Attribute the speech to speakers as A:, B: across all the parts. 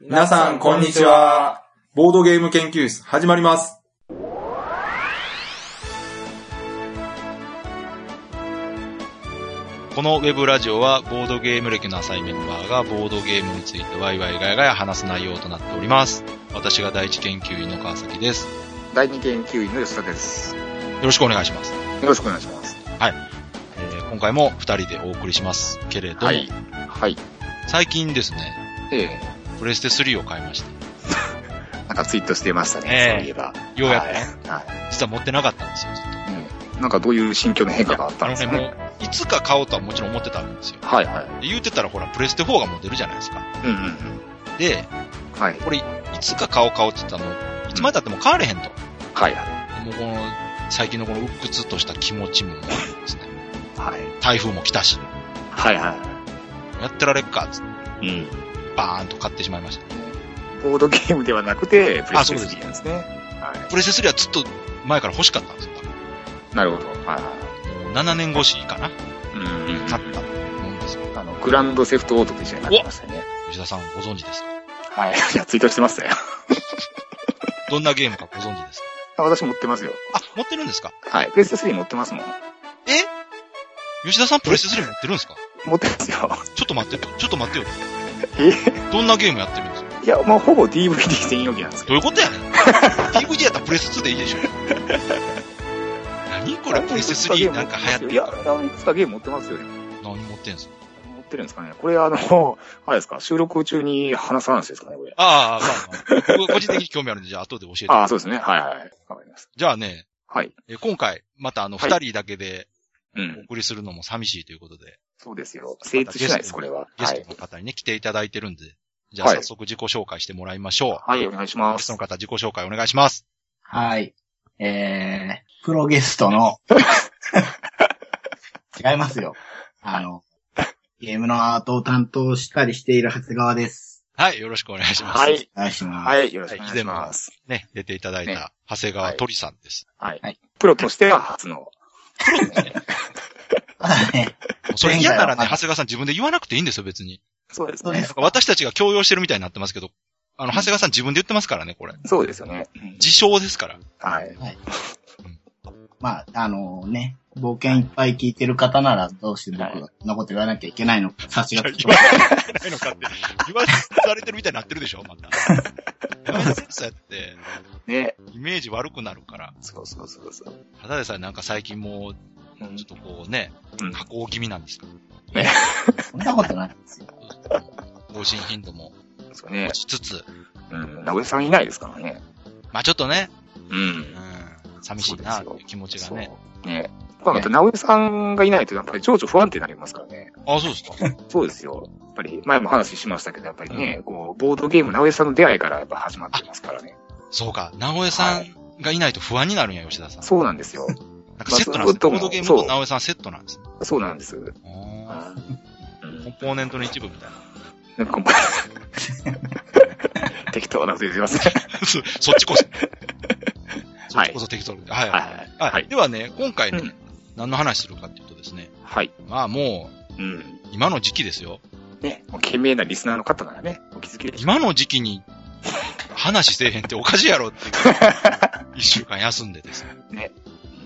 A: 皆さん、こんにちは。ボードゲーム研究室、始まります。
B: このウェブラジオはボードゲーム歴の浅いメンバーがボードゲームについてワイワイガヤガヤ話す内容となっております。私が第一研究員の川崎です。よ
C: 第二研究員の吉田です。よ
B: ろしくお願いします。
C: ろしくお願いします。
B: えー今回も二人でお送りしますけれども、
C: はい。はい。
B: 最近ですね、
C: ええ
B: プレステ3を買いました。
C: なんかツイートしてました
B: え
C: ね。
B: え
C: そういえば。
B: ようやくね、
C: はい。は
B: 実は持ってなかったんですよ、ずっと。
C: い。なんかどういう心境の変化があった
B: あ
C: ん
B: の
C: で
B: ね、
C: すか
B: も
C: ね。
B: う、いつか買おうとはもちろん思ってたんですよ。
C: はいは
B: で言うてたらほら、プレステ4がもう出るじゃないですか。
C: い。うんうんうん。
B: で、
C: はい。
B: これ、いつか買おう買おうって言ったらもう、いつまでたっても買われへんと。
C: はいは
B: もうこの、最近のこの鬱屈とした気持ちもですね、
C: い。はい。
B: 台風も来たし、
C: はいは
B: やってられっか、つって
C: い。うん。
B: バーンと買ってしまいました。
C: ボードゲームではなくて、プレ
B: あ
C: ス
B: そう
C: テ
B: です
C: 3なんですね。は
B: プレステ3はずっと前から欲しかったんですよ。
C: い。なるほど。は
B: もう7年越しかな、
C: い。うん
B: 買ったと思うんですよ。
C: あの、グランドセフトオートと一緒になってましたね。
B: 吉田さんご存知ですか
C: はい。 いや、ツイートしてましたよ。
B: どんなゲームかご存知ですか
C: 私持ってますよ。
B: あ、持ってるんですか
C: はい。プレステ3持ってますもん。
B: 吉田さんプレステ3持ってるんですか
C: 持ってますよ。
B: ちょっと待って、ちょっと待ってよ。
C: え
B: どんなゲームやってるんですか
C: いや、もうほぼ DVD 専用機なんですけど
B: どういうことやねん DVD やったらプレス2でいいでしょ。何これプレステ3なんか流行って
C: い
B: る
C: や、
B: から。
C: いくつかゲーム持ってますよ。
B: 何持ってんすか
C: 持ってるんですかね。これ、あの、 あれですか、収録中に話す話ですかね、これ。
B: ああ、まあ、まあ、個人的に興味あるんで、じゃあ後で教えて。
C: ああ、そうですね。はいはい。わかります。
B: じゃあね、
C: はい。
B: え今回、またあの、
C: は
B: 二
C: い
B: 人だけで
C: う
B: お
C: ん。
B: 送りするのも寂しいということで、
C: そうですよ。成立しないです、これは。
B: ゲ
C: は
B: ス
C: い
B: ト。の方にね、来ていただいてるんで、じゃあ
C: はい
B: 早速自己紹介してもらいましょ
C: はい、お願いし
B: う。
C: ま
B: ゲス
C: す
B: トの。方、自己紹介お願いします。
D: はい。えー、プロゲストの、 違いますよ。あの、ゲームのアートを担当したりしている長谷川です。
B: はい、よろしくお願いします。
C: は。い。
D: お願いします。
C: はい、よろしくお願いします。
B: ね、出ていただい
C: ね
B: た、長谷川
C: はい
B: 鳥さんです。
C: はい
D: はい。
C: プロとしては初の。
D: はい。
B: もう それ嫌なら
D: 前回は
B: ね、長谷川さん自分で言わなくていいんですよ、別に。
C: そうです
D: そうで
C: ね
D: す。
B: なんか私たちが強要してるみたいになってますけど、あの、長谷川さん自分で言ってますからね、これ。
C: そうですよね。うん
B: 自称ですから。
C: はい。
D: まあ、あのね、冒険いっぱい聞いてる方なら、どうして僕がそんなこと言わなきゃいけないのか、察しがつきません
B: ないのかって、言わされてるみたいになってるでしょ、ま た。やめなさいそうやって、
C: ね。
B: イメージ悪くなるから。
C: そうそうそうそう。
B: ただでさえなんか最近も
C: う
B: う、
C: ん
B: ちょっとこうね、
C: うん
B: 加工気味なんですよ。
D: そんなことないですよ。
B: 更新頻度も
C: そうね
B: 落。ちつつ、
C: うん。名古屋さんいないですからね。
B: まあちょっとね、
C: う。
B: うんん、寂しいなっていう気持ちがね。
C: そう。ね。まあまた、直江さんがいないと、やっぱり情緒不安定になりますからね。
B: あ、そうですか。
C: そうですよ。やっぱり、前も話しましたけど、やっぱりね、こう、ボードゲーム、直江さんの出会いからやっぱ始まってますからね。
B: そうか、直江さんがいないと不安になるんや、吉田さん。
C: そうなんですよ。
B: なんかセットなんですね。
C: まあそういうこと
B: ボ
C: も
B: ードゲーム
C: そ
B: と
C: う
B: 直江さんセットなんですね。
C: そうなんです。うん
B: あー
C: う
B: コン
C: ん
B: ポーネントの一部みたいな。
C: なんかこう 適当なこと言ってますね。
B: そそっちこそ。そっ
C: は
B: ち
C: い
B: こそ適当で。はいはい。
C: はい
B: は
C: はいい。
B: ではね、今回ね、
C: うん
B: 何の話するかっていうとですね、
C: はい。
B: まあも
C: うん
B: う、。今の時期ですよ。
C: ね、もう賢明なリスナーの方ならね、お気づきでしょ
B: 今の時期に、話せえへんっておかしいやろ っていう。一週間休んでですね
C: ね。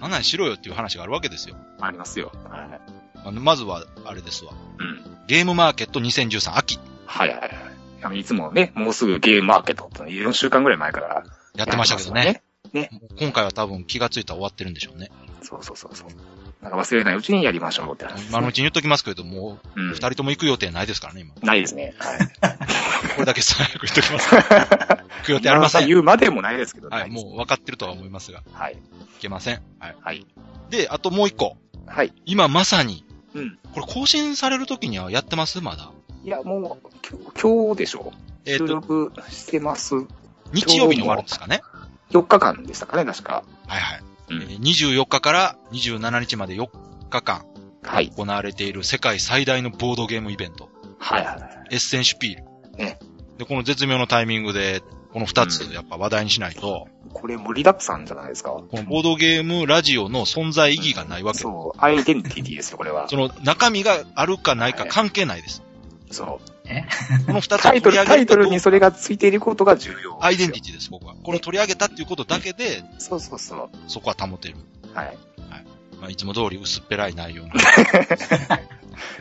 B: 何々しろよっていう話があるわけですよ。
C: ありますよ。はい。
B: あのまずは、あれですわ。
C: うん。
B: ゲームマーケット2013秋、
C: はいはいはい。あの、いつもね、もうすぐゲームマーケットって4週間ぐらい前から
B: やってましたけど
C: やっ
B: ね。
C: て
B: もう今回は多分気がついたら終わってるんでしょうね。
C: ますよね。そうそうそうそう。なんか忘れないうちにやりましょうって話です
B: 今のうちに言っときますけれども、
C: うん
B: 二人とも行く予定ないですからね、今。こ
C: ないですね。 はい。
B: れだけ最悪言っとき ますから。行く予定ありません。
C: 言うまでもないですけど、
B: はい、もう分かってるとは思いますが、
C: う。はい。
B: いけません。はい。
C: はい。
B: で、あともう一個。
C: はい。
B: 今まさに、
C: うん。
B: これ更新される時にはやってますまだ。
C: いや、もう、今日、今日でしょう。
B: えっ、
C: 収
B: と、
C: 録してます。
B: 日曜日に終わるんですかね
C: 4日間でしたかね、確か。
B: はいはい。
C: うん
B: えー24日から27日まで4日間
C: はい。
B: 行われている世界最大のボードゲームイベント、
C: はいはい。
B: エッセンシュピール。
C: ね
B: で、この絶妙のタイミングで、この2つやっぱ話題にしないと、
C: これ盛りだくさんじゃないですか。
B: このボードゲームラジオの存在意義がないわけ。
C: そう、アイデンティティですよ、これは
B: そ。の中身があるかないか
C: はい
B: 関係ないです。
C: そ
D: え
B: この二つを
C: タ
B: 取
C: イ
B: り上
C: ト
B: げ
C: ル、
B: る
C: タイトルに
B: と
C: それがついていることが重要。
B: アイデンティティです、僕は。これを取り上げたっていうことだけで、
C: そうそうそ
B: そこは保てる。
C: う。はい。
B: まあ、いつも通り薄っぺらい内容の。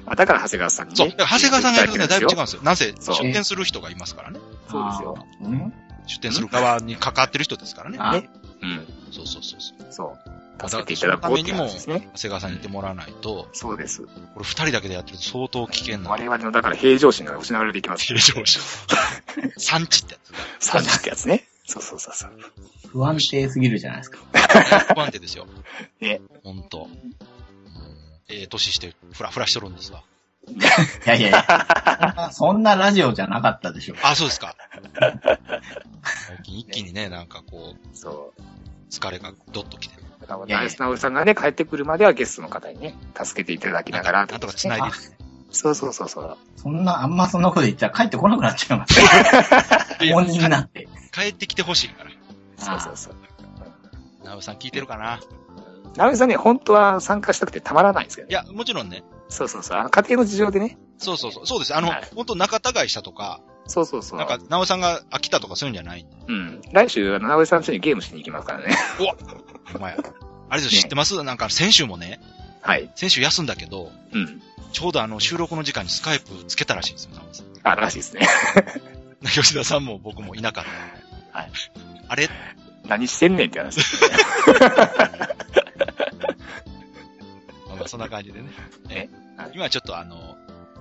C: あだから長谷川さんに、ね。
B: そう。だから長谷川さんがやるとね、だいぶ違うん
C: う。
B: ですよ。なんせ、
C: そう
B: 出店する人がいますからね。
C: そうですよ。
D: あー。うん
B: 出店する側に関わってる人ですからね。
D: あ
C: ねうん。
B: そうそうそうそう。
C: そう。助けていただこうっていう話ですね。
B: 長谷川さんに言ってもらわないと、
C: そうです。
B: これ二人だけでやってると相当危険な
C: 我。々の、だから平常心が失われていきます。
B: 平常 心。産地ってやつが
C: サジってやつね。そうそうそうそう。
D: 不安定すぎるじゃないですか。
B: 不安定ですよ。
C: ね。
B: ほんと。うんええ年して、ふらふらしてるんですわ。
D: いやいやいや。そんなラジオじゃなかったでしょ。
B: あ、そうです か。最近一気にね、なんかこう、
C: そう。
B: 疲れがドッときて。
C: だから、
D: いやいや
C: ナイスナオさんがね、帰ってくるまではゲストの方にね、助けていただきながら
B: なんとか
C: い
B: 繋いでいく
C: そうそうそうそう。
D: そんな、あんまそんなこと言ったら帰ってこなくなっちゃいます。本人になって。
B: 帰ってきてほしいから。
C: そうそうそう。
B: ナウさん聞いてるかな
C: ナオさんね、本当は参加したくてたまらないんですけど
B: い
C: ね。
B: や、もちろんね。
C: そうそうそう。あの家庭の事情でね。
B: そうそうそう。そうです。あの、
C: はい
B: 本当仲違いしたとか、
C: そうそうそう。
B: なんか、ナウさんが飽きたとかそういうんじゃないんで。
C: うん。来週、あの、ナオさんと一緒にゲームしに行きますからね。
B: お前、あれですよ、知ってますなんか、先週もね、
C: はい。
B: 先週休んだけど、
C: うん。
B: ちょうどあの、収録の時間にスカイプつけたらしいんですよ、ナウさん。
C: あ、らしいですね。
B: 吉田さんも僕もいなかった。
C: はい。
B: あれ
C: 何してんねんって話です。
B: まあまあ、そんな感じでね。え
C: ねはい
B: 今ちょっとあの、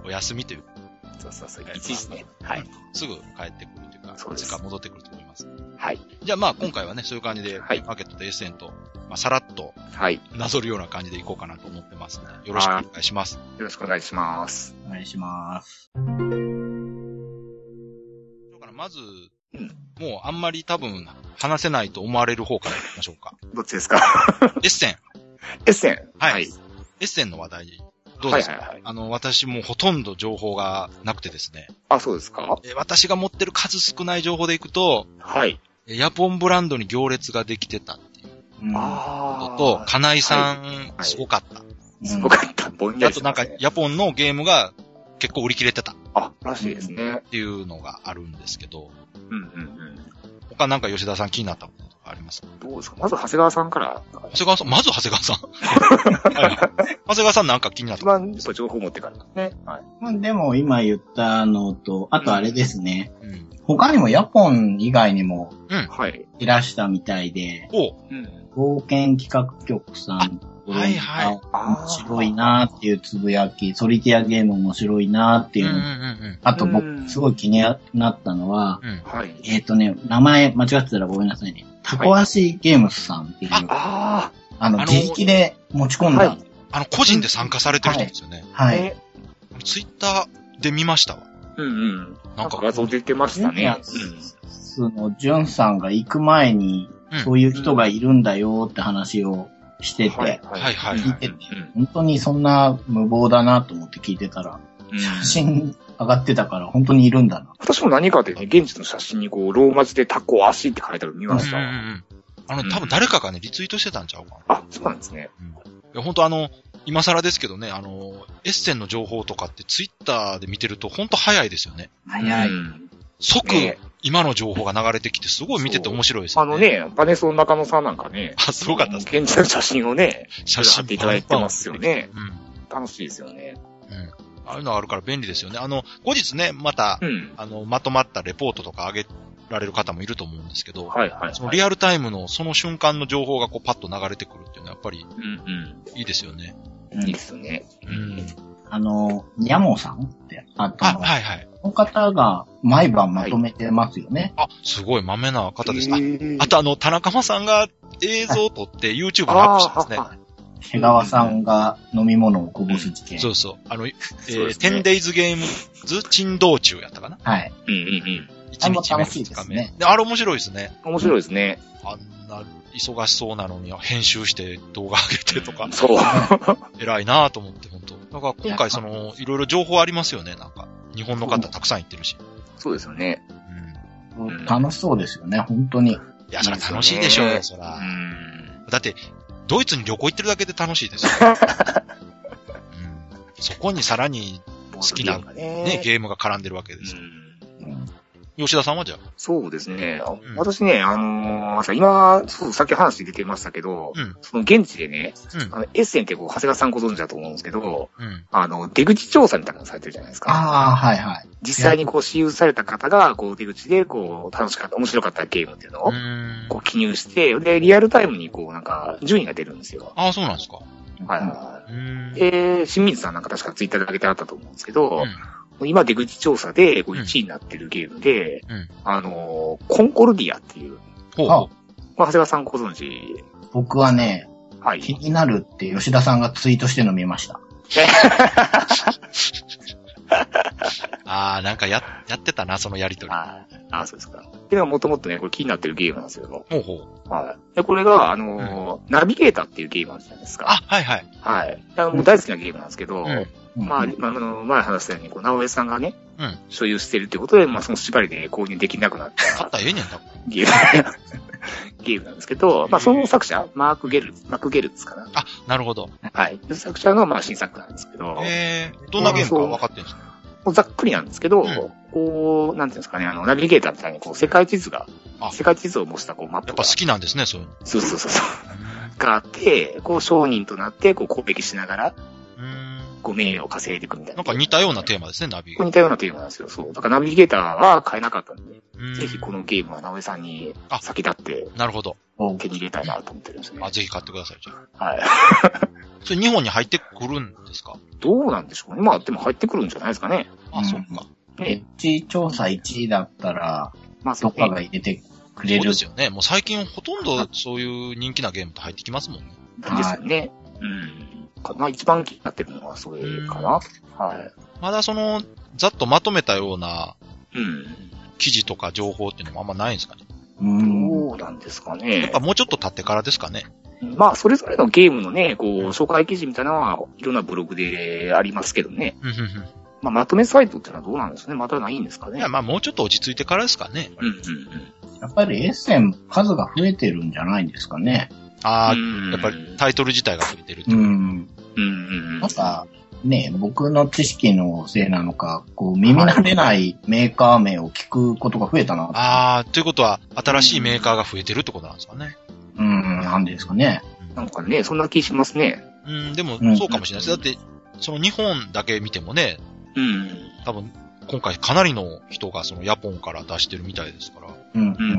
B: お休みというか、
C: そうそうそう。一時ね。はい。
B: すぐ帰ってくるというか、
C: そうです
B: いつか戻ってくると思います。
C: はい。
B: じゃあまあ、今回はね、そういう感じで、
C: はい
B: マーケットとエッセンと、まあ、さらっと
C: はい。よ
B: なぞるような感じでいこうかなと思ってますので、よろしくお願いします。
C: ろしくお願いします。
D: お願いします。
B: だからまず
C: うん、
B: もうあんまり多分話せないと思われる方からいきましょう か。
C: どっちですか
B: エッセン。
C: エッセン。
B: はい
C: はい
B: エッセンの話題、どう
C: は
B: で
C: い
B: すか、
C: はいはい。
B: あの、私もうほとんど情報がなくてですね。
C: あ、そうですか
B: え私が持ってる数少ない情報でいくと、
C: はい。
B: えヤポンブランドに行列ができてたっていう
D: うん
C: あ
B: ことと、
C: あ。
B: 金井さん、
C: はい
B: すごかった。
C: すごかった。ぼんや
B: あ
C: りし
B: と
C: て
B: な
C: ま
B: ん
C: す
B: か
C: ね、
B: ヤポンのゲームが結構売り切れてたっ
C: あ、らしいですね。
B: ていうのがあるんですけど、
C: うんうんうん。
B: 他なんか吉田さん気になったこととかありますか
C: どうですかまず長谷川さんから、
B: 長谷川さん、 まず長谷川さん。はい長谷川さんなんか気になっ
C: 一
B: た。
C: 番やっぱ情報持ってからね。はい。
D: まあでも今言ったのと、あとあれですね。
B: うん。
D: 他にもヤポン以外にも
C: はい。
D: いらしたみたいで、
B: おう
C: う
D: 冒
C: ん。
D: 険企画局さんとか、
B: はいはい
C: あ
D: 面白いなーっていうつぶやき、ソリティアゲーム面白いなーっていううの、
B: んうん
D: あと
C: うん
D: 僕すごい気になったのは、
B: うん。うん。
C: はい。
D: えっ、とね、名前間違ってたらごめんなさいね。タコ足ゲームスさんっていう、あ
C: あ
D: の、
B: あのー
D: 自力で持ち込んだ、
C: は
D: はいい、
B: あの、個人で参加されてる人ですよね。
C: あ。
D: はい。
C: ね
B: ツイッターで見ましたわ。
C: うんうん。
B: な
C: なんん
B: か
C: か、画像出てましたね。
D: その、ジュンさんが行く前に、
B: うん
D: そういう人がいるんだよって話をして
C: う
D: て、
C: ん。はい
B: はいはい
D: 聞いてて本当にそんな無謀だなと思って聞いてたら、
C: うん
D: 写真上がってたから本当にいるんだな。
C: 私も何かでね、現地の写真にこう、ローマ字でタコ足って書いてあるの見
B: うんう
C: ま
B: んう
C: したわ。
B: ん。あの、多分誰かがね、リツイートしてたんちゃうかな。
C: あ、そうなんですね。
B: いや、本当あの、今更ですけどね、あの、エッセンの情報とかってツイッターで見てると本当早いですよね。
D: 早い。
C: うん
B: 即、
C: ね
B: 今の情報が流れてきて、すごい見てて面白いですよ
C: あ
B: ね。
C: の。ね、バネソン中野さんなんかね、
B: あ、 すごかったです。
C: 現地の写真をね、
B: 写
C: 貼
B: 真
C: っていただいてますよ。ね。
B: うん。
C: 楽しいですよね。
B: うん。ああいうのあるから便利ですよね。あの、後日ね、また、
C: うん。
B: あの、まとまったレポートとか上げられる方もいると思うんですけど、
C: はいはい
B: その
C: はい。
B: リアルタイムのその瞬間の情報がこうパッと流れてくるっていうのはやっぱり
C: うん
B: いいですよね。
C: うん。いいですよね。
B: うん。
D: あの、ヤモさんってあった
B: あ、
D: の、
B: はいはい。
D: この方が毎晩まとめてますよね。
B: あ、すごい豆な方です。あ
C: ね
B: あとあの、田中間さんが映像を撮って YouTube にアッ
C: あ
B: プし
C: ー
B: てますね。
C: は
D: 瀬川さんが飲み物をこぼす事件。
B: そうそう。あの、え
C: そう
B: ー、
C: ですね
B: 10days ゲームズ珍道中やったかな
D: はい。
C: うんうん
D: あ
B: 一日
D: れも
B: 目、
D: 楽しい
B: 二
D: ですね
B: 日目。で、あれ面白いですね。
C: うん。面白いですね。
B: あんな忙しそうなのに編集して動画上げてとか、
C: そう。
B: 偉いなぁと思って、本当だから今回その、いろいろ情報ありますよね、なんか。日本の方たくさん行ってるし。
C: そうですよね。
B: うん。
C: ん
D: 楽しそうですよね、本当に。
B: いや、そら楽しいでしょうよ、
C: ね
B: そうら。
C: ん。
B: だって、ドイツに旅行行ってるだけで楽しいですよ。うんそこにさらに
C: ボードゲームがね。
B: ね、ゲームが絡んでるわけです。
C: うん
D: うん
B: 吉田さんはじゃあ。
C: そうですね。あ
B: ん
C: 私ね、あのー今、そう、さっき話出てましたけど、
B: うん
C: その現地でね、
B: うん
C: あの、エッセンってこう、長谷川さんご存知だと思うんですけど、
B: うん。
C: あの、出口調査みたいなのされてるじゃないですか。
D: ああ、はいはい。
C: 実際にこう、私有された方が、こう、出口で、こう、楽しかった、面白かったゲームっていうのを、
B: うん
C: こう、記入して、で、リアルタイムにこう、なんか、順位が出るんですよ。
B: ああ、そうなんですか。
C: はいはい
D: うん
C: は
B: うん
C: い。。で、清水さんなんか確かツイッターで上げてあったと思うんですけど、
B: うん
C: 今出口調査でこう
B: うん
C: 1位になってるゲームで、
B: うん
C: あのー、コンコルディアっていう、
B: ほう
D: あ
B: ほ
C: まあ、長谷川さんご存知、
D: 僕はね、
C: はい。
D: 気になるって吉田さんがツイートしてるの見ました。
B: う。ああ、なんかや、やってたな、そのやりとり。
C: ああ、そうですか。で、もともとね、これ気になってるゲームなんですけど、
B: ほうほう。
C: はい。で、これが、あのー、ナビゲーターっていうゲームあるじゃないですか。
B: あ、はいはい。
C: はい。あのもう大好きなゲームなんですけ
B: う
C: ど、
B: ん
D: うん
C: まあ、まああの、前話したように、こう、直江さんがね、
B: うん
C: 所有してるってことで、まあ、その縛りで購入できなくなった
B: 勝ったらええねんだ。
C: ゲーム、ゲームなんですけど、まあ、その作者、マーク・ゲルツ、マーク・ゲルツかな。
B: あ、なるほど。
C: はい。作者の、まあ、新作なんですけど、
B: ええ、どんなゲームか分かってんですか
C: もうざっくりなんですけど、
B: うん
C: こう、なんていうんですかね、あの、ナビゲーターみたいに、こう、世界地図が
B: あ、
C: 世界地図を模した、こう、マ
B: や
C: ップ
B: っ
C: が
B: ぱ好、きなんですね、そういうの。
C: そうそうそうそう、があって、こう、商人となって、こう、攻撃しながら、
B: うん。
C: こう、名誉を稼いでいくみたい
B: な
C: な。
B: んか似たようなテーマですね、ナビ
C: こう似たようなテーマなんですよ。そう。だからナビゲーターは買えなかったんで、
B: うん
C: ぜひこのゲームは直江さんに
B: あ
C: 先立って
B: なるほど。
D: お
C: 手に入れたいなと思ってるんですよ
B: あ、
C: ね。
B: ぜひ買ってください、じゃあ。
C: はい。
B: それ日本に入ってくるんですか
C: どうなんでしょうね。まあ、でも入ってくるんじゃないですかね。
B: あ、
D: うん
B: そっか。
C: ね。
D: 一位調査1位だったら、
C: まあ、
D: ど
C: そう
D: っかが入れてく
B: そ
D: れ
B: う
D: る
B: ですよね。もう最近ほとんどそういう人気なゲームって入ってきますもんね。
C: ですよね。うん。かまあ、一番気になってるのはそれかな。は。
B: まだその、ざっとまとめたようない
C: うん。
B: 記事とか情報っていうのもあんまないんですかね。
D: うん。
C: どうなんですかね
B: やっ。ぱもうちょっと経ってからですかね。
C: まあ、それぞれのゲームのね、こう、紹介記事みたいなのは、いろんなブログでありますけどね。
B: うんうんうん
C: まあ、まとめサイトってのはどうなんですかね。またないんですか
B: い
C: ね
B: や、。まあもうちょっと落ち着いてからですかね。
C: うんうん
D: やっぱりエッセン数が増えてるんじゃないんですかね。
B: ああ、
C: うん。
B: やっぱりタイトル自体が増えてるって
D: う
B: いう。
D: ん。
C: うんうんうん
D: なんか、ね、僕の知識のせいなのか、こう、耳慣れないメーカー名を聞くことが増えたな。
B: ああ、ということは、新しいメーカーが増えてるってことなんですかね。
D: うん、なんですかね。
C: なんかね、そんな気しますね。
B: うん、でも
D: う、ん
B: そうかもしれないです。だって、その日本だけ見てもね、
C: うん。
B: 多分、今回かなりの人がそのヤポンから出してるみたいですから、ま
D: うん
C: う、んうんう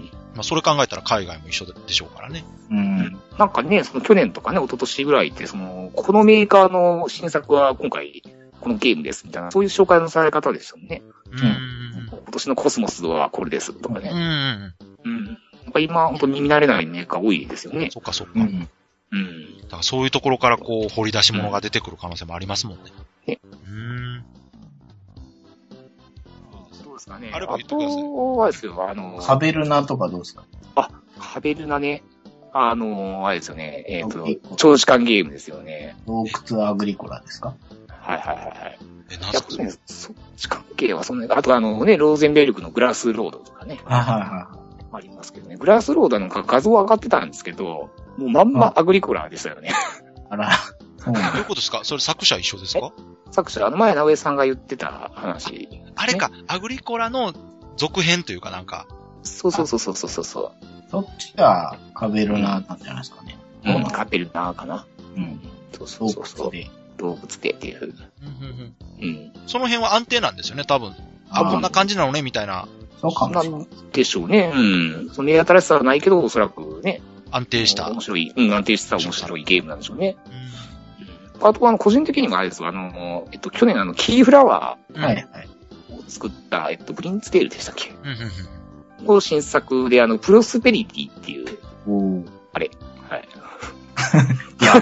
C: ん
B: あそれ考えたら海外も一緒でしょうからね。
D: う
C: うんん。。なんかね、その去年とかね、一昨年ぐらいって、その、このメーカーの新作は今回、このゲームです、みたいな、そういう紹介のされ方でしたもんね。
B: うん。
C: 今年のコスモスはこれです、と
B: う
C: か
B: ん。
C: ね。
B: うん
C: うん。なんか今、本当に耳慣れないメーカー多いですよね。
B: そっかそっか。
D: う
B: だ
D: ん。
C: うん。
B: からそういうところからこう、掘り出し物が出てくる可能性もありますもんね。
C: ね
B: うん。
C: どうですかね。
B: あれば
C: あ
B: 言ってください
C: とはですよ、あの、
D: カベルナとかどうですか
C: カベルナね、あの、あれですよね、えっ、
D: 大きい
C: と、長時間ゲームですよね。
D: 洞窟アグリコラですか
C: はいはいはいはい。
B: え、なん
C: や
B: す
C: っ
B: か
C: ぱね、そっち関係はそんなに、あとあのね、ローゼンベルクのグラスロードとかね、
D: はいはいは
C: ありますけどね、グラスロードなんか画像上がってたんですけど、もうまんまアグリコラでしたよね。
D: い。あら、そう
B: ど
D: な
B: ういうことですかそれ作者一緒ですか
C: 作者、あの前、直江さんが言ってた話。
B: あれか、アグリコラの続編というかなんか、
C: そうそうそうそうそうそう。
D: のそっちがカベルナなんじゃないですかね。
C: う
D: うん
C: ん、カペルナーかな。
D: うん。
C: そうそうそうそ
D: 洞窟
C: う。
D: で。
C: 動物でっていう。うん。
B: その辺は安定なんですよね、多分。あ、
D: あー
B: こんな感じなのね、みたいな。
D: そうかも
C: な
D: しれない。
C: んでしょうね。うん。その目新しさはないけど、おそらくね。
B: 安定した。うん
C: 面白い。うん、安定した面白いゲームなんでしょうね。あと、あの、個人的にはあれですわあの、えっと、去年あの、キーフラワ
D: はいはい。
C: ーを作った、えっと、ブリンツテールでしたっけ
B: うんうんうん
C: の新作で、あの、プロスペリティっていう、
D: おー
C: はい。
D: いや、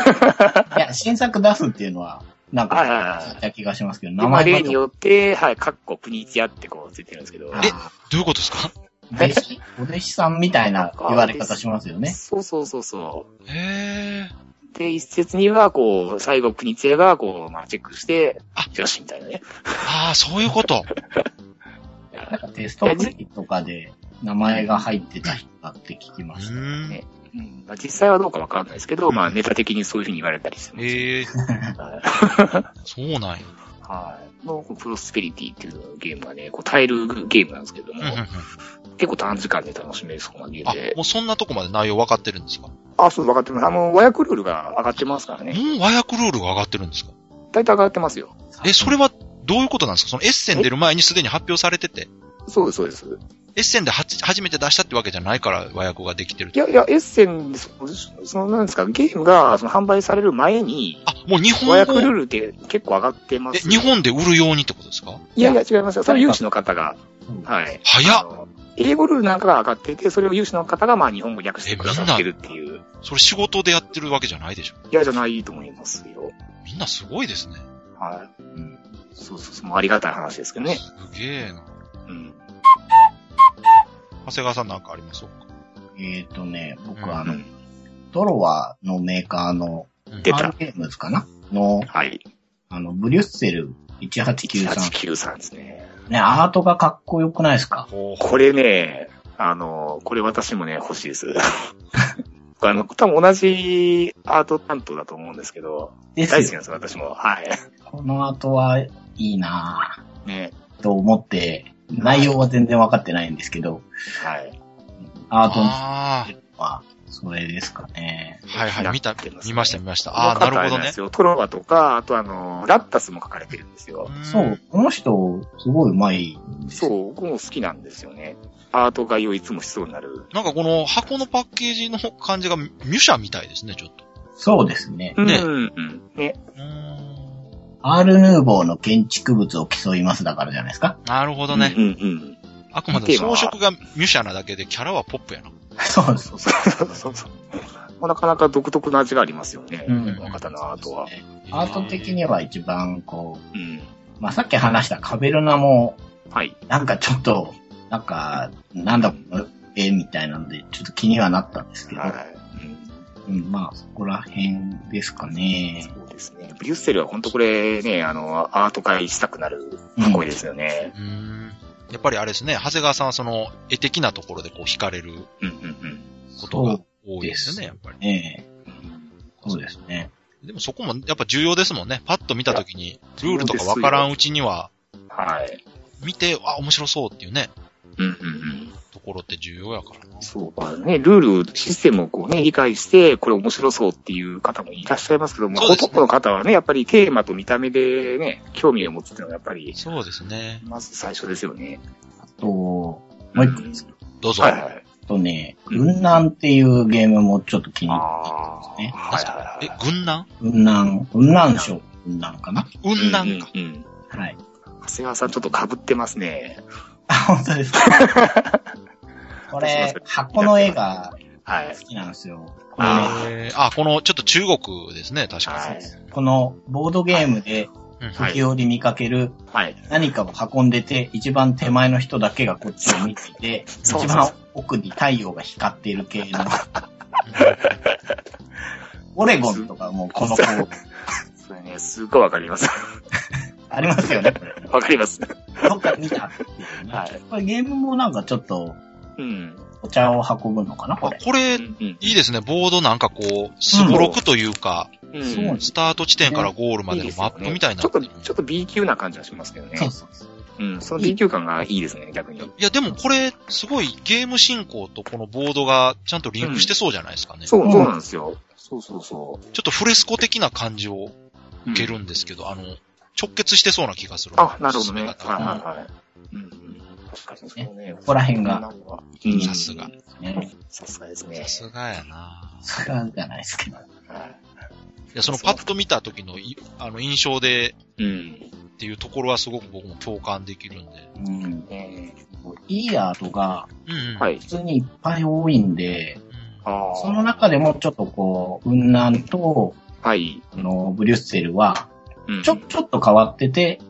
D: いや、新作出すっていうのは、なん
C: はい
D: か、
C: はいは
D: 聞い
C: い。
D: た気がしますけど、
C: まあ、
D: が
C: 例によって、はい、カッコプニチアってこうついてるんですけど。
D: あ
B: え
D: ー
B: どういうことですか
D: お弟子、お弟子さんみたいな言われ方しますよね。
C: そうそうそうそ
B: へえ。
C: う。で、一説には、こう、最後、プニチアが、こう、まあ、チェックして
B: あ、
C: よし、みたいなね。
B: ああ、そういうこと。
D: なんかテストプリとかで名前が入ってた人だって聞き
B: う
D: ました。
B: ーん。
C: ねうんまあ、実際はどうかわかんないですけど、まあ、ネタ的にそういうふうに言われたりしてます。
B: ええ、
C: はい
B: そうなんや。
C: はい。の、プロスペリティっていうゲームがね、こう、耐えるゲームなんですけども
B: うん、うんうん
C: 結構短時間で楽しめるそうなゲー
B: あ
C: ムで、。
B: もうそんなとこまで内容分かってるんですかも
C: あ、そう、分かってます。あの、和訳ルールが上がってますからね。
B: う和訳ルールが上がってるんですか
C: 大体上がってますよ。
B: え、それはどういうことなんですかそのエッセン出る前にすでに発表されてて、
C: そうです、そうです。
B: エッセンでは初めて出したってわけじゃないから和訳ができてる
C: い。や、いや、エッセン、そその、なんですか、ゲームが、その、販売される前に、
B: あ、もう日
C: 和
B: 本
C: 訳ルー
B: 語、
C: ルって結構上がってま
B: え、
C: す。
B: 日本で売るようにってことですか
C: いやいや、違いますよ。それは有志の方が
D: うん、
C: はい。
B: 早
C: あ
B: っ
C: の英語ルールなんかが上がっていて、それを有志の方が、まあ、日本語訳してくださってるっていう。
B: それ仕事でやってるわけじゃないでしょ。
C: 嫌じゃないと思いますよ。
B: みんなすごいですね。
C: はい。うん。そうそうそう。もうありがたい話ですけどね。
B: すげえな。
C: うん。
B: 長谷川さんなんかありますか
D: えっ、とね、僕
B: うん
D: はあ
C: う
D: の、
C: ん。
D: トロワのメーカーの、
C: 出
D: パ
C: た
D: ン。ゲームズかなの、
C: はい。
D: あの、ブリュッセル1893。
C: 1893ですね。
D: ね、アートがかっこよくないですか
B: ほう
C: これね、あの、これ私もね、欲しいです。 あの、多分同じアート担当だと思うんですけど、
D: で
C: 大好き
D: す
C: な
D: よ。
C: んですよ、私も。はい。
D: このアートはいいな
C: ね。
D: ぁと思って、内容は全然わかってないんですけど、
C: はい。
D: アートの
B: あ
D: は、それですかね。
B: あ、はいはい、見た
C: なってま、すね
B: 見ました見ました。ああ、なるほど
C: で
B: ね
C: す。よ。トロワとか、あとあの、ラッタスも書かれてるんですよ。
B: ん
D: そう、この人、すごいうまい。
C: そう、僕も好きなんですよね。アート買いをいつもしそうになる。
B: なんかこの箱のパッケージの感じがミュシャみたいですね、ちょっと。
D: そうですね。
C: うん、
B: ね
C: うん。ね。
B: うーん。
D: アール・ヌーボーの建築物を競いますだからじゃないですか。
B: なるほど
C: う
B: ね。
C: ん、うん。
B: あくまで
C: テーマ
B: 装
C: は
B: 飾がミュシャなだけでキャラはポップやな。
D: そうそうそう。
C: そうそうそう。 まあなかなか独特な味がありますよね。
D: うん
C: この方のアートは。
D: アート的に
B: は。
D: は一番こう、
C: うん。
D: まあ、さっき話したカベルナも、
C: はい。
D: なんかちょっと、なんか、なんだこの絵みたいなので、ちょっと気にはなったんですけど、
C: はい。うん
D: うん、まあ、そこら辺ですかね。
C: そうですね。ブリュッセルは本当これね、あの、アート会したくなる箱ですよね。
B: うーん。やっぱりあれですね、長谷川さんはその絵的なところでこう惹かれる
C: うんうん
B: ことが多いですよね、やっぱり。
D: ええ
C: うん。
D: そうですね。
B: でもそこもやっぱ重要ですもんね。パッと見たときに、ルールとかわからんうちには、
C: はい。
B: 見て、あ、面白そうっていうね、
C: うんうん
B: ところって重要やからな
C: うん。。そうかね。ルール、システムをこうね、理解して、これ面白そうっていう方もいらっしゃいますけども、
B: そう
C: ほ
B: ですね
C: とんどの方はね、やっぱりテーマと見た目でね、興味を持つっていうのがやっぱり、
B: そうですね。
C: まず最初ですよね。
D: あと、もう一個ですけ
B: どうぞ。
C: はいはい。
D: どね、雲南っていうゲームもちょっと気に
C: あ
D: 入
C: あ。はい
D: ね
C: はい
B: え
C: はい。、
B: 軍南
D: って、雲南、雲南省、雲南かな
B: 雲南か。
C: うんうんうん。
D: はい。
C: 長谷川さんちょっと被ってますね。
D: あ、本当ですかこれ、箱の絵が
C: はい。
D: 好きなんですよ。これね
C: あ
B: えーあ、この、ちょっと中国ですね、確
C: は
B: か
C: い。
D: このボードゲームで
B: に。うん
D: 時折見かける
C: はい。
D: 何かを運んでて、一番手前の人だけがこっちを見ていて、
C: そう
D: 一番奥に太陽が光っている 系の、オレゴンとかもこの子、
C: それね、すごいわかります。
D: ありますよ ね。
C: わかります。
D: どっか見たっていうね。
C: はい
D: これゲームもなんかちょっと
C: うん。
D: お茶を運ぶのかな、こ
B: あ
D: れ。
B: これ、
C: う
B: い
C: ん。
B: いですね。ボードなんかこう、すごろくというか、
C: うん
D: そうなんです
B: スタート地点からゴールまでのマップみたいにな
C: ちょ
B: っ
C: ってと、
B: る。
C: ちょっと B 級な感じがしますけどね。
D: そうそうそう。
C: うん。その B 級感がいいですね、逆に。
B: いや、でもこれ、すごいゲーム進行とこのボードがちゃんとリンクしてそうじゃないですかね。
C: そうう、
D: ん
C: そうなんですよ。そうそうそ
B: ちょっとフレスコ的な感じを
C: う。
B: 受けるんですけど、あの、直結してそうな気がする。
C: あ、なるほどね。
B: 進
C: は
B: め
C: い
B: 方
C: はい
B: が
C: はい。うんうん。確かにそうね。こ
D: ここら辺が。
C: うん
B: さすが。
D: ね。
C: さすがですね
B: さ。すがやな
D: それはじゃないですけど。
C: はい
B: や、そのパッと見た時のい、あの、印象で
C: い。うん。
B: っていうところはすごく僕も共感できるんで。
D: うん。
C: ね
D: いいアートが
B: うん、うん。。
C: はいい
D: 普。通にいっぱい多いんで、
C: ああ。
D: その中でもちょっとこう、雲南と、
C: はい。
D: あの、ブリュッセルは、
C: うん
D: ちょ、ちょっと変わってて、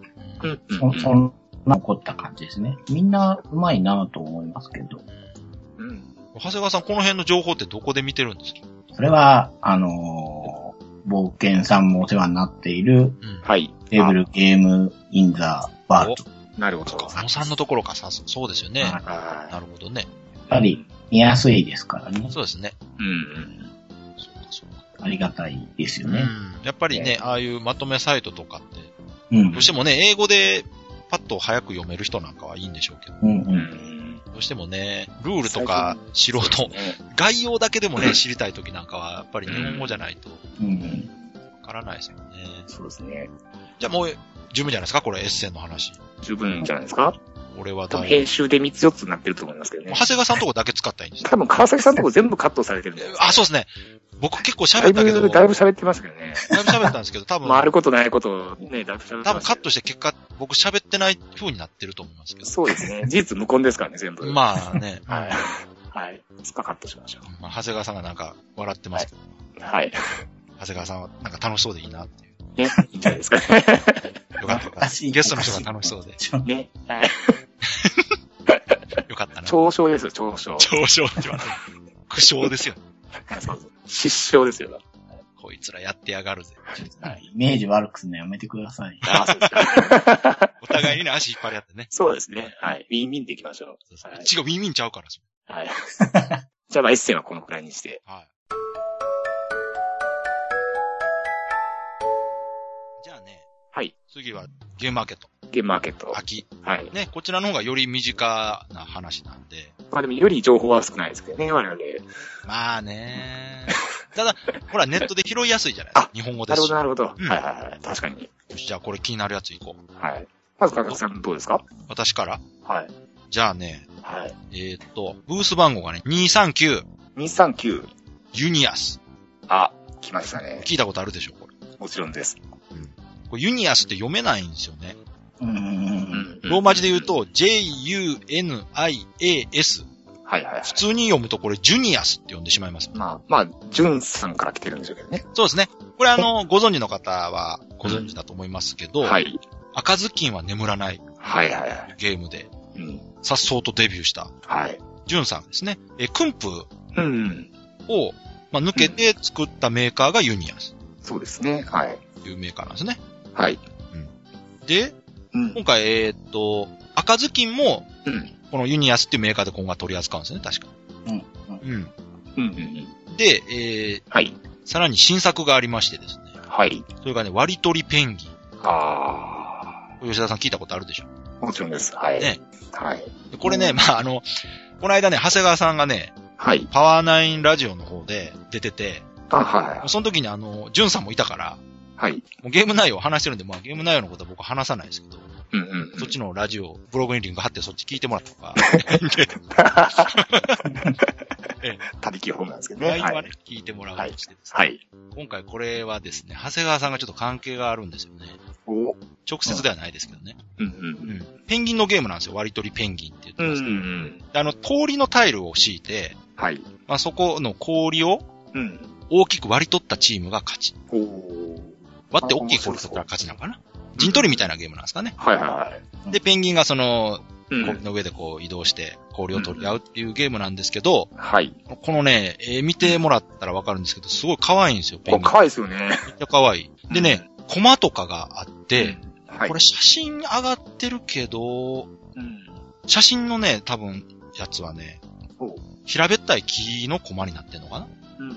C: うんうんう
D: そ、そ
C: ん。
D: んな怒った感じですね。みんなうまいなと思いますけど。
C: うん。
B: 長谷川さん、この辺の情報ってどこで見てるんですか
D: それは、あのー冒険さんもお世話になっている、
B: うん。
C: はい。
D: テーブルゲームインザバート。
C: あ。なるほど。
B: 小野さんのところか、さすそうですよね。
D: は
C: は
B: なるほどね。
D: いやっぱり見やすいですからね。
B: そうですね。
C: い。うんうん。
B: そうか、そうか。
D: ありがたいです
B: う
D: よね。
B: ん。やっぱりね、ああいうまとめサイトとかって、
D: うん
B: どうしてもね、英語でパッと早く読める人なんかはいいんでしょうけど、
D: うんう。
C: うんん。
B: どうしてもね、ルールとか素人、
C: ね
B: 概要だけでも
C: うん
B: ね、知りたい時なんかは、やっぱり日本語じゃないとわ
D: うん。
B: からないですよね。
C: そうですね。
B: じゃあもう、十分じゃないですかこれエッセンの話。
C: 十分じゃないですか
B: 俺はだ
C: 多分
B: いぶ
C: 編集で3つ4つになってると思いますけどね
B: もう。長谷川さんとこだけ使ったらいいんですね
C: 多分川崎さんのとこ全部カットされてるんじゃないですか。
B: あ、そうですね。僕結構
C: だ
B: 喋
C: い
B: ったけど、
C: ぶ、
B: だ
C: だ
B: い
C: い
B: ぶ
C: ぶ喋ってますけどね。
B: 喋ったんですけど、多分、
C: 回ることないこと、ね、だいぶ喋って
B: 多
C: ま
B: 分
C: す
B: カ
C: け
B: ッ
C: ど
B: トして結果、僕喋ってない風になってると思いますけど。
C: そうですね。事実無根ですからね、全部。
B: まあね、
C: はい。はい。いつかカットしましょ
B: まあ長谷川さんがなんか笑ってますけど、
C: う。はい。
B: 長谷川さんはなんか楽しそうでいいなっていう。
C: ね、いいんじゃないですかね。
B: よかったよ
D: お
B: か
D: か
B: っ
D: しい
B: た。ゲストの人が楽しそうで。
D: ちょ
C: ね。はい。
B: よかったな。
C: 嘲笑ですよ、嘲笑。
B: 上昇って言わない。苦笑ですよ。
C: そうそう失笑ですよ。
B: こいつらやってやがるぜ。
D: イメージ悪くするのやめてください。
C: あそうですか。
B: お互いにね、足引っ張り合ってね。
C: そうですね。はい。ウィンウィンでいきましょう。はい
B: 違う、ウィンウィンちゃうから。そ
C: はい。じゃあ、まあ、エッセンはこのくらいにして。
B: れはい。じゃあね、
C: はい。
B: 次はゲームマーケット。
C: ゲームマーケット。
B: 秋。
C: はい。
B: ね、こちらの方がより身近な話なんで。
C: まあでも、より情報は少ないですけどね、我々。
B: まあね。ただ、ほら、ネットで拾いやすいじゃないです
C: あ
B: か。日本語で
C: な
B: す
C: るほ
B: し
C: ど、。なるほど。は
B: う
C: い
B: ん
C: はいはい。確かに。
B: よしじゃあこれ気になるやついこう。
C: はい。まず、川崎さん、どうですか
B: 私から
C: はい。
B: じゃあね、
C: はい。
B: えーっと、ブース番号がね、239
C: 239。
B: ユニアス。
C: あ、来ましたね。
B: 聞いたことあるでしょ、これ。
C: もちろんです。
B: これユニアスって読めないんですよね。
D: うんうん
B: ローマ字で言う。と、J-U-N-I-A-S。
C: はいはいはい
B: 普。通に読むとこれ、ジュニアスって呼んでしまいます。
C: まあ、まあ、ジュンさんから来てるんでしょうけどね。
B: そうですね。これあの、ご存知の方はご存知だと思いますけど、
C: はい。
B: 赤ずきんは眠らない
C: はいはいはい。
B: ゲームで、
C: うん。
B: さっそうとデビューした、
C: はい。
B: ジュンさんですね。えー、クンプ
C: うん。
B: を、まあ、抜けて作ったメーカーがユニアス
C: そうですね。はい。
B: というメーカーなんですね。
C: はい。
B: で、
C: うん。
B: 今回、えーっと、赤ずきんも、
C: うん。
B: このユニアスっていうメーカーで今後は取り扱うんですね、確か。
D: うん
B: うん。
C: うんうんうん。
B: で、えー、
C: はい。
B: さらに新作がありましてですね。
C: はい。
B: それがね、割り取りペンギン。
C: あ
B: これ吉田さん聞いたことあるでしょ
C: あ。もちろんです。はい。
B: ね
C: はい。
B: でこれね、
D: うん
B: まあ、あの、この間ね、長谷川さんがね、
C: はい。
B: パワーナインラジオの方で出てて、
C: あ、はい。
B: その時にあの、ジュンさんもいたから、
C: はい。
B: もうゲーム内容を話してるんで、まあ、ゲーム内容のことは僕話さないですけど、
C: うんうんうん。
B: そっちのラジオ、ブログにリンク貼ってそっち聞いてもらったとか、
C: 他力本なんですけどね。
B: LINE はね、
C: はい。
B: 聞いてもらうようにしてですね、
C: はい。
B: 今回これはですね、長谷川さんがちょっと関係があるんですよね。
C: お。
B: 直接ではないですけどね。
C: うんう
B: うんん。ペンギンのゲームなんですよ。割り取りペンギンって言って
C: うん。う
B: ま
C: んうん
B: す
C: う
B: けど。で
C: ん。
B: あの、氷のタイルを敷いて、
C: はい。
B: まあ、そこの氷を
C: うん。
B: 大きく割り取ったチームが勝ち。
C: おー。
B: 割って大きい氷取ったら勝ちなのかな陣取りみたいなゲームなんですかね。
C: はいはいはい。
B: で、ペンギンがその、
C: う
B: 氷
C: ん。
B: の上でこう移動して氷を取り合うっていうゲームなんですけど、
C: はい。
B: このね、えー見てもらったらわかるんですけど、すごい可愛いんですよ、ペ
C: こ
B: ンギ
C: れ、
B: ン。
C: かわいいですよね。
B: めっちゃ可愛い。でね、コマとかがあって、
C: はい。
B: これ写真上がってるけど、
C: うん。
B: 写真のね、多分、やつはね
C: おう、
B: 平べったい木のコマになってんのかな
C: うんう
B: う
C: ん。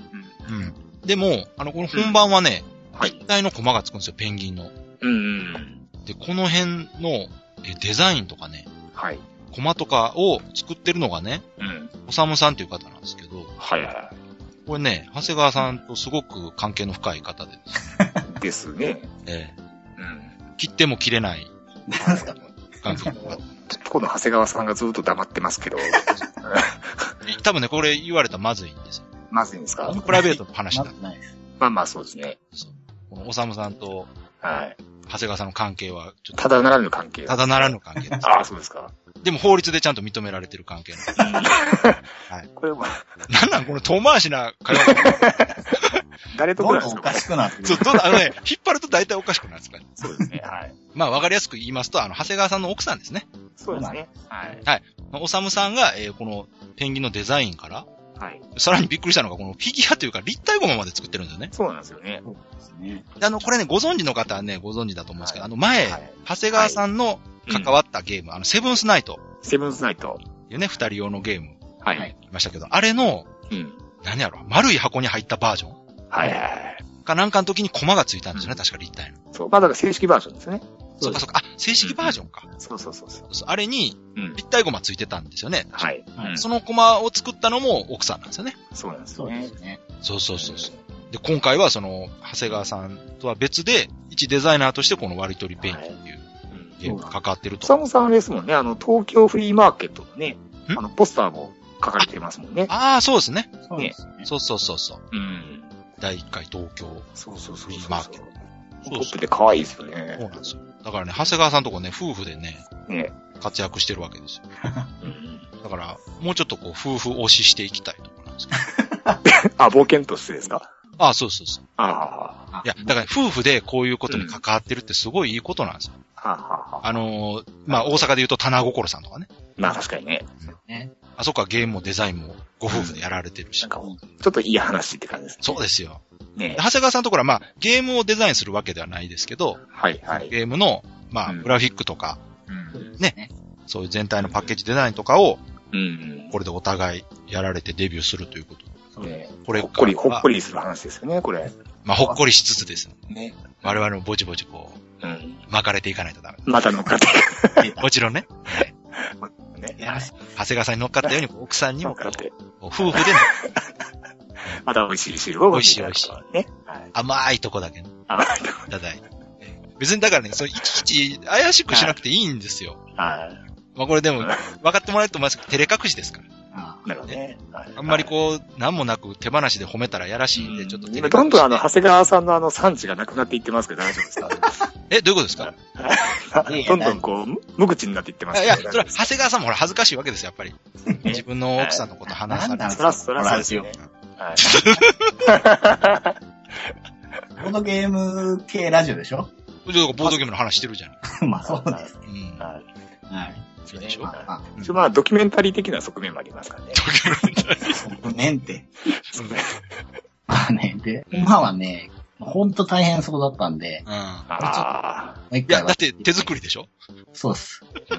B: ん。でも、あの、この本番はね、
C: はい。
B: 立体のコマがつくんですよ、ペンギンの。
C: うんうん。
B: で、この辺のえデザインとかね、
C: はい。
B: コマとかを作ってるのがね、
C: うん。
B: おさむさんっていう方なんですけど、
C: はいは
B: これね、長谷川さんとすごく関係の深い方でです
C: い。ですね。
B: ね、
C: うん。
B: えー切っても切れない
D: なんですか
B: 関係があっ
C: ちょっとこの長谷川さんがずっと黙ってますけど、
B: て多分ね、これ言われたらまずいんですよ。
C: まずいんですか
B: プライベートの話
D: ま
B: なん
D: ずないです。
C: まあまあそうですね。
B: ですよ。このおさむさんと
C: はい。
B: 長谷川さんの関係は、ちょった
C: だならぬ関係。
B: と、ただならぬ関係です。
C: ああ、そうですか。
B: でも法律でちゃんと認められてる関係なんです。
C: これは、
B: なんなんこの遠回しな 会話。
C: 誰と
D: ど
C: こ
D: ん
C: なんで
D: どん
C: す
D: おか
C: か
D: しくなってく
B: そ
D: る
B: う、。どうだあのね、引っ張ると大体おかしくなるんですか
C: そうですね。はい。
B: まあ、わかりやすく言いますと、あの、長谷川さんの奥さんですね。
C: そうですね。はい。
B: まあおさむさんが、えーこのペンギンのデザインから、
C: はい。
B: さらにびっくりしたのが、このフィギュアというか立体ゴマまで作ってるんですよね。
C: そうなんですよね。
D: そうですね。
B: であの、これね、ご存知の方はね、ご存知だと思うんですけど、
C: は
B: あ
C: い
B: の、前、
C: はい
B: 長谷川さんの関
C: っ
B: わったゲーム、あの、セブンスナイト
C: セブンスナイト。
B: っていうね、二人用のゲーム、
C: は
D: はいい。
B: いましたけど、あれの、
C: うん。
B: 何やろ、丸い箱に入ったバージョン
C: はいはいはい。
B: かなんかの時にコマがついたんですよね、確か立体の。
C: そう。まあだから正式バージョンですね。
B: そっかそっか。あ、正式バージョンか。
C: そうそうそうそう。
B: あれに
C: うん。
B: 立体ゴマついてたんですよね。
C: はい。
D: はい
C: うん
B: そのコマを作ったのも奥さんなんですよね。
C: そうなんです
D: そ
C: よ
D: うで
C: ね
D: す。ね。
B: そうそうそうそう。で、今回はその、長谷川さんとは別で、一デザイナーとしてこの割り取りペイントという
C: うん
B: ゲームが関わってると。
C: 草野さんあれですもんね、あの、東京フリーマーケットのね、
B: ん
C: あの、ポスターも書かれてますもんね。
B: ああ、そうですね。
D: そうですね。
B: そうそうそうそう。
C: うん。
B: 第1回東京。そ
C: そうそうそうそう。
B: フリーマーケット
C: ポップで可愛いですよ
B: そう
C: ね。
B: なんですよ。だからね、長谷川さんとこね、夫婦でね、
C: ね。
B: 活躍してるわけですよ。
C: うん
B: だから、もうちょっとこう、夫婦推ししていきたいところなん ですけど。
C: あ、冒険としてですか
B: ああ、そうそうそう。
C: あ
B: いや、だから、夫婦でこういうことに関わってるってすごいいいことなんですよ。
C: あ、はあはあ。
B: あのーまあ、大阪で言うと、棚心さんとかね。
C: まあ確かにね、
D: ね。
B: あそこはゲームもデザインもご夫婦でやられてるし
C: なん。かちょっといい話って感じですね。
B: そうですよ。
C: ね
B: で。長谷川さんのところは、まあ、ゲームをデザインするわけではないですけど、
C: はいはい。
B: ゲームの、まあ、
C: うん
B: グラフィックとか、
C: うん。
D: ね。
B: そういう全体のパッケージデザインとかを、
C: うん。
B: これでお互いやられてデビューするということ。
C: ね
B: これ
C: ほっこり、
B: から
C: ほ
B: は
C: っこりする話ですよね、これ。
B: まあ、ほっこりしつつですね。
C: ね。
B: 我々もぼちぼちこう、
C: うん。
B: 巻かれていかないとダメ
C: また乗っかって
B: もちろんね、
C: くるね。
D: やらせ
B: 長谷川さんに乗っかったように、奥さんに
C: 乗っ
B: も、
C: かって。
B: 夫婦での
C: また美味しい汁を飲んでただくからね。はい。
B: 甘いとこだけね
C: あ
B: いただいて。別にだからね、それいちいち怪しくしなくていいんですよ。
C: はい。
B: まあこれでも、分かってもらえると思いますけど、照れ隠しですから。
D: あ
C: なるほどね。はい
B: あんまりこう、なんもなく手放しで褒めたらやらしいんで、
C: うん
B: ちょっと照れ
C: 今
B: 隠し。
C: どんどんあの、長谷川さんのあの、産地がなくなっていってますけど大丈夫ですか
B: え、どういうことですか
D: いやいや
C: どんどんこう、無無口になっていってます
B: い
C: け
B: や、
C: ど
B: それは、長谷川さんもほら、恥ずかしいわけですよ、やっぱり。自分の奥さんのこと
D: あ。
B: 話され
D: なんだ
B: て。
C: そらそらそう
D: で
C: ですす
D: よ
C: よ。。はい。
D: このゲーム系ラジオでしょ
B: ちょっとボードゲームの話してるじゃん。
D: まあそうです。
B: うん。
C: はい
D: はい。
B: そうでしょ
D: まあまあ、
C: 一応まあ、ドキュメンタリー的な側面もありますからね。
D: ごめんって。 まあね、で、まあはね、ほんと大変そうだったんで、
B: うん。い
C: あ
D: もう一
B: や、
D: 回は
B: だっ。て手作りでしょ
D: そうです。
C: あ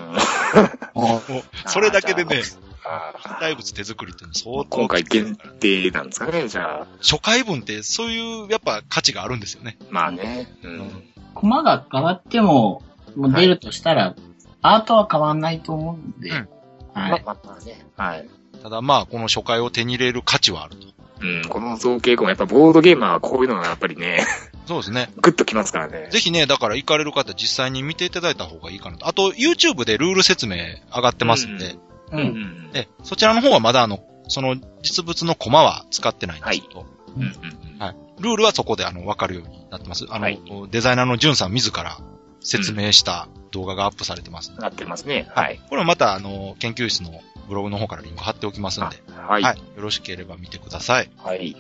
C: うん
D: もう、
B: もう、それだけでね、
C: あ
B: 大
C: ー。
B: 物手作りっていうの相当。
C: 今回限定なんですかね、じゃあ。
B: 初回分って、そういう、やっぱ価値があるんですよね。
C: まあね。うん。
D: 駒が変わっても、もう出るとしたら、アートは変わんないと思うんで、
B: うん
C: ま
D: は
C: あ
D: い。
C: まあまあね。はい。
B: ただまあ、この初回を手に入れる価値はあると。
C: うん、この造形もやっぱボードゲーマーはこういうのがやっぱりね、
B: そうですね。
C: グッときますからね。
B: ぜひね、だから行かれる方実際に見ていただいた方がいいかなと。あと、YouTube でルール説明上がってますんで、
D: う。
C: うんん。
B: えそちらの方はまだあの、その実物のコマは使ってないんですけど、
C: うんうん
B: はいルールはそこであの、わかるようになってます。あの、
C: はい
B: デザイナーのジュンさん自ら説明した動画がアップされてますんで、
C: なってますね。はい。
B: これはまたあの、研究室のブログの方からリンク貼っておきますん
C: あ
B: で、
C: は。
B: はいい。よろしければ見てください。
C: はい。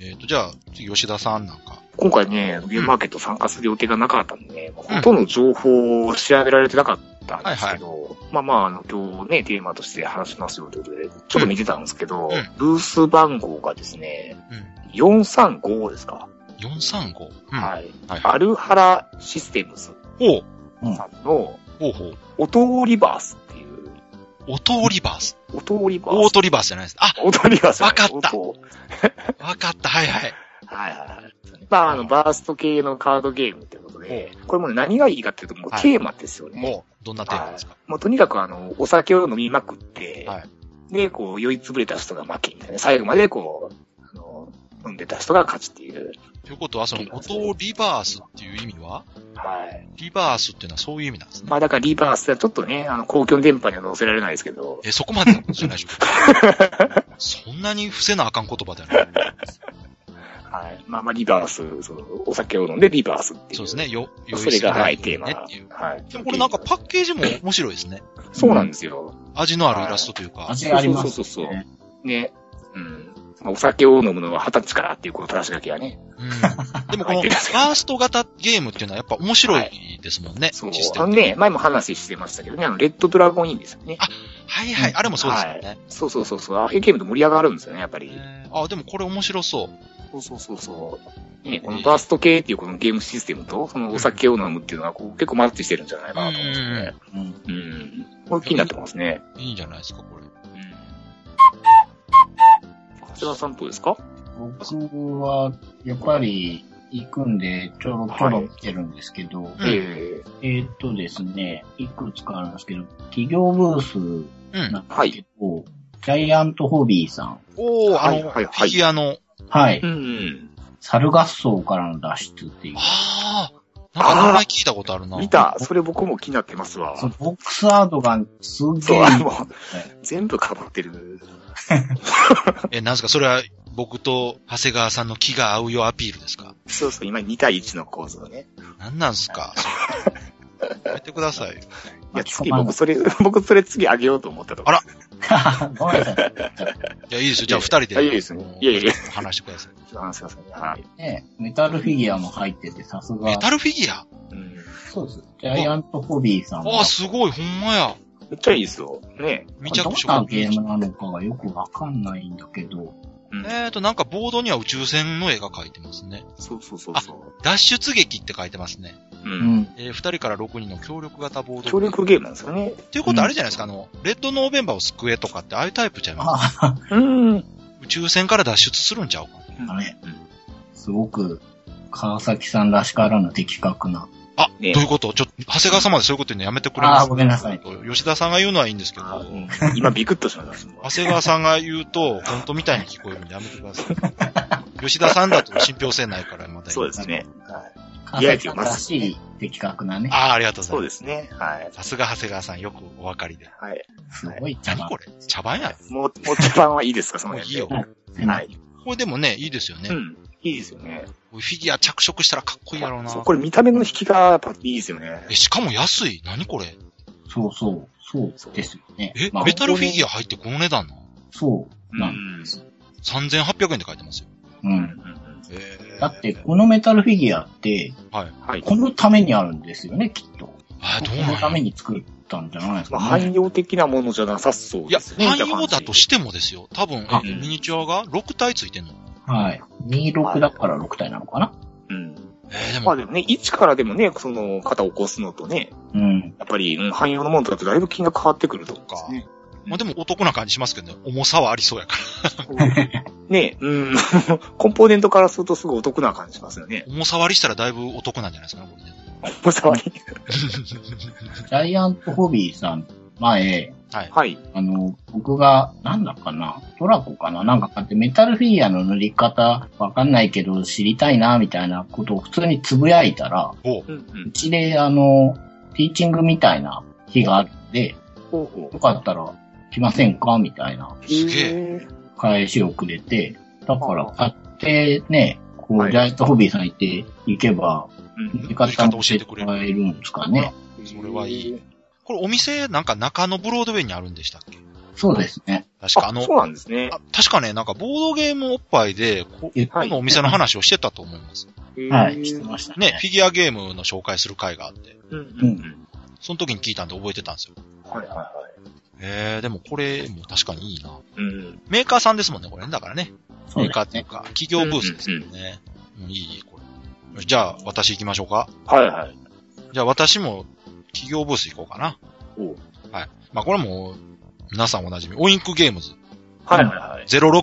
B: えっ、と、じゃあ、次吉田さんなんか。
C: 今回ね、ゲームマーケット参加する予定がなかったんでね、ほとんど情報を調べられてなかったんですけど、まあまああの、今日ね、テーマとして話しますよということで、ちょっと見てたんですけど、
B: うん
C: ブース番号がですね、
B: う
C: 435ですか、
B: ん。435。うん。い。
C: はい。
B: はい、
C: アルハラシステムズ
B: ほう。
C: さんの、
B: ほうほう。
C: 音リバースっていう、
B: 音リバース。
C: 音リバ
B: オ
C: ー
B: ー
C: ス。
B: トリバースじゃないです。あ、
C: 音リバース。
B: わかった
C: 音
B: わかった。はいはい。
C: はいはいはい。まあ、あの、バースト系のカードゲームってことで、これもね何がいいかっていうと、もう
B: はい
C: テーマですよね。
B: もう、どんなテーマですか、
C: もうとにかくあの、お酒を飲みまくって、
B: は
C: で、こう、酔いつぶれた人が負けみたいな、最後までこう、あの、飲んでた人が勝ちっていう。
B: ということは、その、音リバースっていう意味は
C: はい。
B: リバースっていうのはそういう意味なんですね。
C: まあだからリバースってちょっとね、あの、公共の電波には載せられないですけど、
B: え、そこまでのことじゃない でしょうか。そんなに伏せなあかん言葉だよね。
C: はい。まあまあリバース、その、お酒を飲んでリバースっていう。
B: そうですね。よ、よ
C: それが、はい、テーマ。
B: ねっていう。
C: はい。
B: でもこれなんかパッケージも面白いですね。
C: そうなんですよ。
B: 味のあるイラストというか。
D: 味があります、ね。
C: そうそうそうそうね。うん。まあお酒を飲むのは二十歳からっていうこの正し書きがね。
B: うん。でもこの、
C: 入っ
B: フ
C: てるやつが
B: ァースト型ゲームっていうのはやっぱ面白いですもんね。
C: そう
B: シス。テ
C: あ
B: ム
C: のね、前も話してましたけどね、あの、レッドドラゴンインですよね。
B: はいはい。あれもそうですよね。
C: そうそうそうそう。アフィゲームで盛り上がるんですよね、やっぱり。
B: えーあ、でもこれ面白そう。
C: そうそうそうそう。ね、このバースト系っていうこのゲームシステムと、そのお酒を飲むっていうのはこう結構マッチしてるんじゃないかなと思うんですよね。
D: うん。
C: うん。これ気になってますね。
B: いいんじゃないですか、これ。
C: 長谷川さんどうですか
D: 僕は、やっぱり、行くんで、ちょろちょろ見てるんですけど、
B: うん
C: ええ
D: えーっとですね、いくつかあるんですけど、企業ブース
B: うん。
D: なんですけど、ジャイアントホビーさん、
B: おおあの、
C: はいはい
B: フ
C: は
B: ィ
C: い
B: ギュアの、
D: はい、
C: うん。
D: 猿合奏からの脱出っていう、
B: ああ、なんか名前聞いたことあるな。
C: 見た、それ僕も気になってますわ。
D: そ
C: そ
D: のボックスアートがすっげ
C: う、
D: え
C: あ
D: いい
C: の、全部被ってる。
B: え、なんですかそれは僕と長谷川さんの気が合うよアピールですか
C: そうそう、今2対1の構図をね。
B: なんなんすかやってください。
C: いや、
D: 巻き込
C: 次
D: まん
C: 僕それ、 僕それ次あげようと思ったとこ。
B: あら
D: ごめんなさい。
B: いや、いいですよ。じゃあ二人
C: いやいい
B: で
C: ですね。いやいや、
B: 話してください。
C: ちょっと話してください。はい。
D: ね、メタルフィギュアも入ってて、さす
B: メ
D: が、
B: タルフィギュア
C: うん。
D: そうです。ジャイアントホビーさん
B: あ
D: は
B: あ、、すごい。ほんまや。
C: めっちゃいいですよ。ね
B: 未
D: ど
B: 着
D: ん
B: 色。
D: なゲームなのかがよくわかんないんだけど、
C: うん。
B: えーと、なんかボードには宇宙船の絵が描いてますね。
C: そうそうそうそう。
B: 脱出劇って書いてますね。
C: う。
D: うんん。
B: えー、二人から六人の協力型ボードゲーム。
C: 協力ゲームなんですよね。
B: っていうことあれじゃないですか、あの、レッドノーベンバーを救えとかって、ああいうタイプちゃいます。
D: あ
C: うん。
B: 宇宙船から脱出するんちゃうか。
D: あれ、すごく、川崎さんらしからぬ的確な。
B: あ、
C: ね
B: どういうことちょっと、長谷川様でそういうこと言うのやめてくれます
D: あーごめんなさい。
B: 吉田さんが言うのはいいんですけど、長
C: あうん今ビクッとしました。
B: 谷川さんが言うと、本当みたいに聞こえるんでやめてください。吉田さんだと信憑性ないから、まだ。
C: そうですすね。
D: 川
C: いやい
D: 崎
C: や
D: さんらしい的確なね。
B: ああ、ありがとうござい
C: そう
B: ま
C: ですね。はい
B: す。。さすが長谷川さん、よくお分かりで。
C: はい。
D: すごい茶
B: 何
D: 番
B: こ。れ茶番やろ
C: もう、もう茶番はいいですか、その
B: もうい
C: 辺
B: い
C: で。
B: よ。
C: は
D: はい。
C: い。
B: これでもね、いいですよね。
C: うん。いいですよね。
B: こういうフィギュア着色したらかっこいいやろうな
C: そう、。これ見た目の引きがやっぱいいですよね
B: え、。しかも安い。何これ
D: そうそう、そうですよね。
B: え、
D: まあ
B: メタルフィギュア入ってこの値段なの
D: そう
C: う
D: なん
C: ん。
B: 3800円って書いてますよ。
D: う。
C: うんん。
B: え
D: だって、このメタルフィギュアって、
C: はい。
D: このためにあるんですよね、きっと。こ
B: あ、どう
D: のた
B: なん
D: め
B: や。
D: に作ったんじゃないです
C: まあ、
D: か、
C: 汎
D: ね。
C: 用的なものじゃなさそう
B: いや
C: で、すね。
B: 汎用だとしてもですよ。多分、えっ
D: あ
B: とミニチュアが6体ついてんの。
D: はい。26だから6体なのかな
C: うん。
B: えー、で
C: まあ
B: も、
C: でもね、一からでもね、その、肩を起こすのとね、
D: うん。
C: やっぱり、うん、汎用のものとだとだいぶ金が変わってくると
B: か
C: か。ね
B: まあでもお得な感じしますけどね。重さはありそうやから。
C: ね、うん、 コンポーネントからするとすごいお得な感じしますよね。
B: 重さ割りしたらだいぶお得なんじゃないですかね、これ ね。
C: お触り。
D: ジャイアントホビーさん、前、
B: はい。
C: はい。
D: あの、僕が、なんだかな、トラコかななんか買って、メタルフィギュアの塗り方、わかんないけど、知りたいな、みたいなことを普通につぶやいたら、
B: おう
C: うんう。
D: うんちで、あの、ティーチングみたいな日があるんで、
C: ほうほ
D: よかったら来ませんかみたいな
C: う。
B: すげ
C: え。
D: 返しをくれて、だから買ってね、こ
C: は
D: う、
C: い
D: ジャイアントホビーさん行って、行けば、
C: うん
D: 塗り方も教えてもらえるんですかね。
B: それはいい。これお店、なんか中野ブロードウェイにあるんでしたっけ
D: そうですね。
B: 確かあ
C: あ、
B: の、
C: そうなんですね。
B: あ確かね、なんかボードゲームおっぱいで、こ
D: 言っ
B: このお店の話をしてたと思います。
D: はい、知って
C: う
D: ましたね。
B: ね、フィギュアゲームの紹介する回があって、
C: んうん
B: その時に聞いたんで覚えてたんですよ。
C: うん。はいはいは
B: えー、でもこれも確かにいいな。
C: い。うん。
B: メーカーさんですもんね、これね。だからね。
D: そ
B: メ
D: う
B: ー
D: で
B: カーっ
D: す
B: ていう
D: ね。
B: か、企業ブースですよね。うんいい、これ。じゃあ、私行きましょうか。
C: はいはい。
B: じゃあ、私も企業ブース行こうかな。
C: おう
B: はい。まあ、これも、皆さんおなじみ、オインクゲームズ
C: はいはいはい。
B: 06、
C: うん。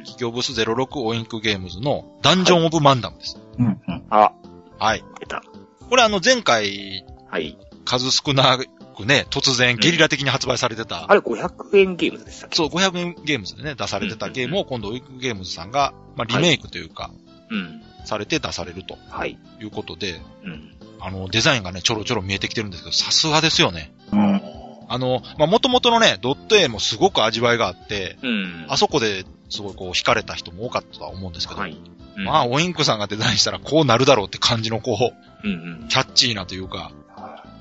B: 企業ブース06オインクゲームズのダンジョンオブマンダムです。
D: うんうん。
C: あ、
B: はい。
C: 出た。
B: これあの、前回、
C: はい。
B: 数少なくね、突然ゲリラ的に発売されてた、
C: あれ500円ゲームでしたっけ
B: そう、500円ゲームズでね、出されてたゲームを今度オインクゲームズさんが、まあ、リメイクというか、
C: うん。
B: されて出されると
C: はい。
B: いうことで、
C: うん。
B: あの、デザインがね、ちょろちょろ見えてきてるんですけど、さすがですよね。
D: うん。
B: あの、まあ、元々のね、ドット絵もすごく味わいがあって、
C: うん。
B: あそこですごいこう惹かれた人も多かったとは思うんですけど、
C: はい。
B: まあ、オインクさんがデザインしたらこうなるだろうって感じのこう、
C: うんうん。
B: キャッチーなというか、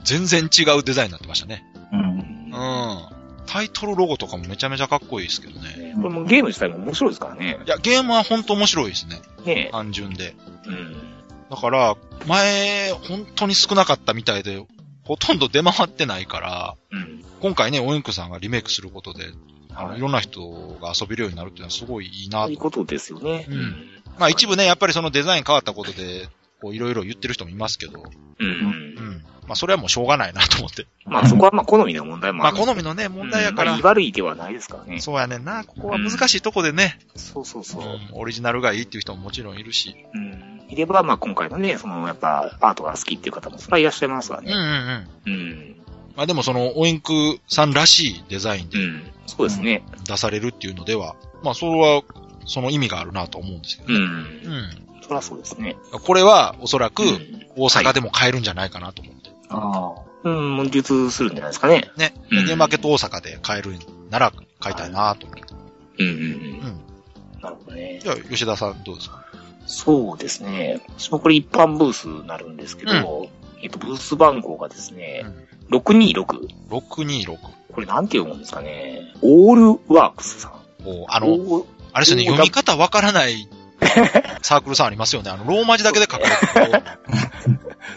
B: 全然違うデザインになってましたね。
D: うん。
B: うん。タイトルロゴとかもめちゃめちゃかっこいいですけどね。
C: これもゲーム自体も面白いですからね
B: い。や、ゲームはほんと面白いですね。
C: ね
B: 単純で。
C: え。うん。
B: だから、前、本当に少なかったみたいで、ほとんど出回ってないから、
C: うん。
B: 今回ね、オインクさんがリメイクすることで、あの、
C: はい
B: いろんな人が遊べるようになるっていうのはすごいいいな
C: という
B: と。
C: ことですよね。
B: うんまあ一部ね、やっぱりそのデザイン変わったことで、こういろいろ言ってる人もいますけど、
C: うん。
B: うん。まあそれはもうしょうがないなと思って。
C: まあそこはまあ好みの問題も
B: ま
C: あ
B: あ
C: る。
B: 好みのね、問題やから
C: うんまあ、悪いではないですからね。
B: そうやねんな、ここは難しいとこでね、
C: そうそうそうう。
B: んオリジナルがいいっていう人ももちろんいるし、
C: うん。いれば、まあ今回のね、そのやっぱアートが好きっていう方もそれはいらっしゃいますわ
B: うんう
C: ね。
B: んうん。
C: うん。
B: まあでもその、オインクさんらしいデザイン
C: う
B: で
C: ん。そうですね。
B: 出されるっていうのでは、まあそれは、その意味があるなと思うんですけど
C: う
B: ね。
C: ん。
B: う
C: そりゃそうですね。
B: ん。これは、おそらく、大阪
C: はい
B: でも買えるんじゃないかなと思って。
D: ああ。
C: うん、もう流通するんじゃないですかね。
B: ね。
C: う
B: ゲ
C: ん
B: ームマーケット大阪で買えるなら買いたいなと思って。
C: うんうん
B: う。
C: うんん。なるほどね
B: じ。ゃあ、吉田さんどうですか
C: そうですね。私もこれ一般ブースになるんですけど、えっと、ブース番号がですね、626。
B: 626。
C: これなんて読むんですかね。オールワークスさん。
B: おあ
C: あ
B: の、あれですよね、
C: お
B: 読み方わから ないサークルさんありますよね。あの、ローマ字だけで書く けど、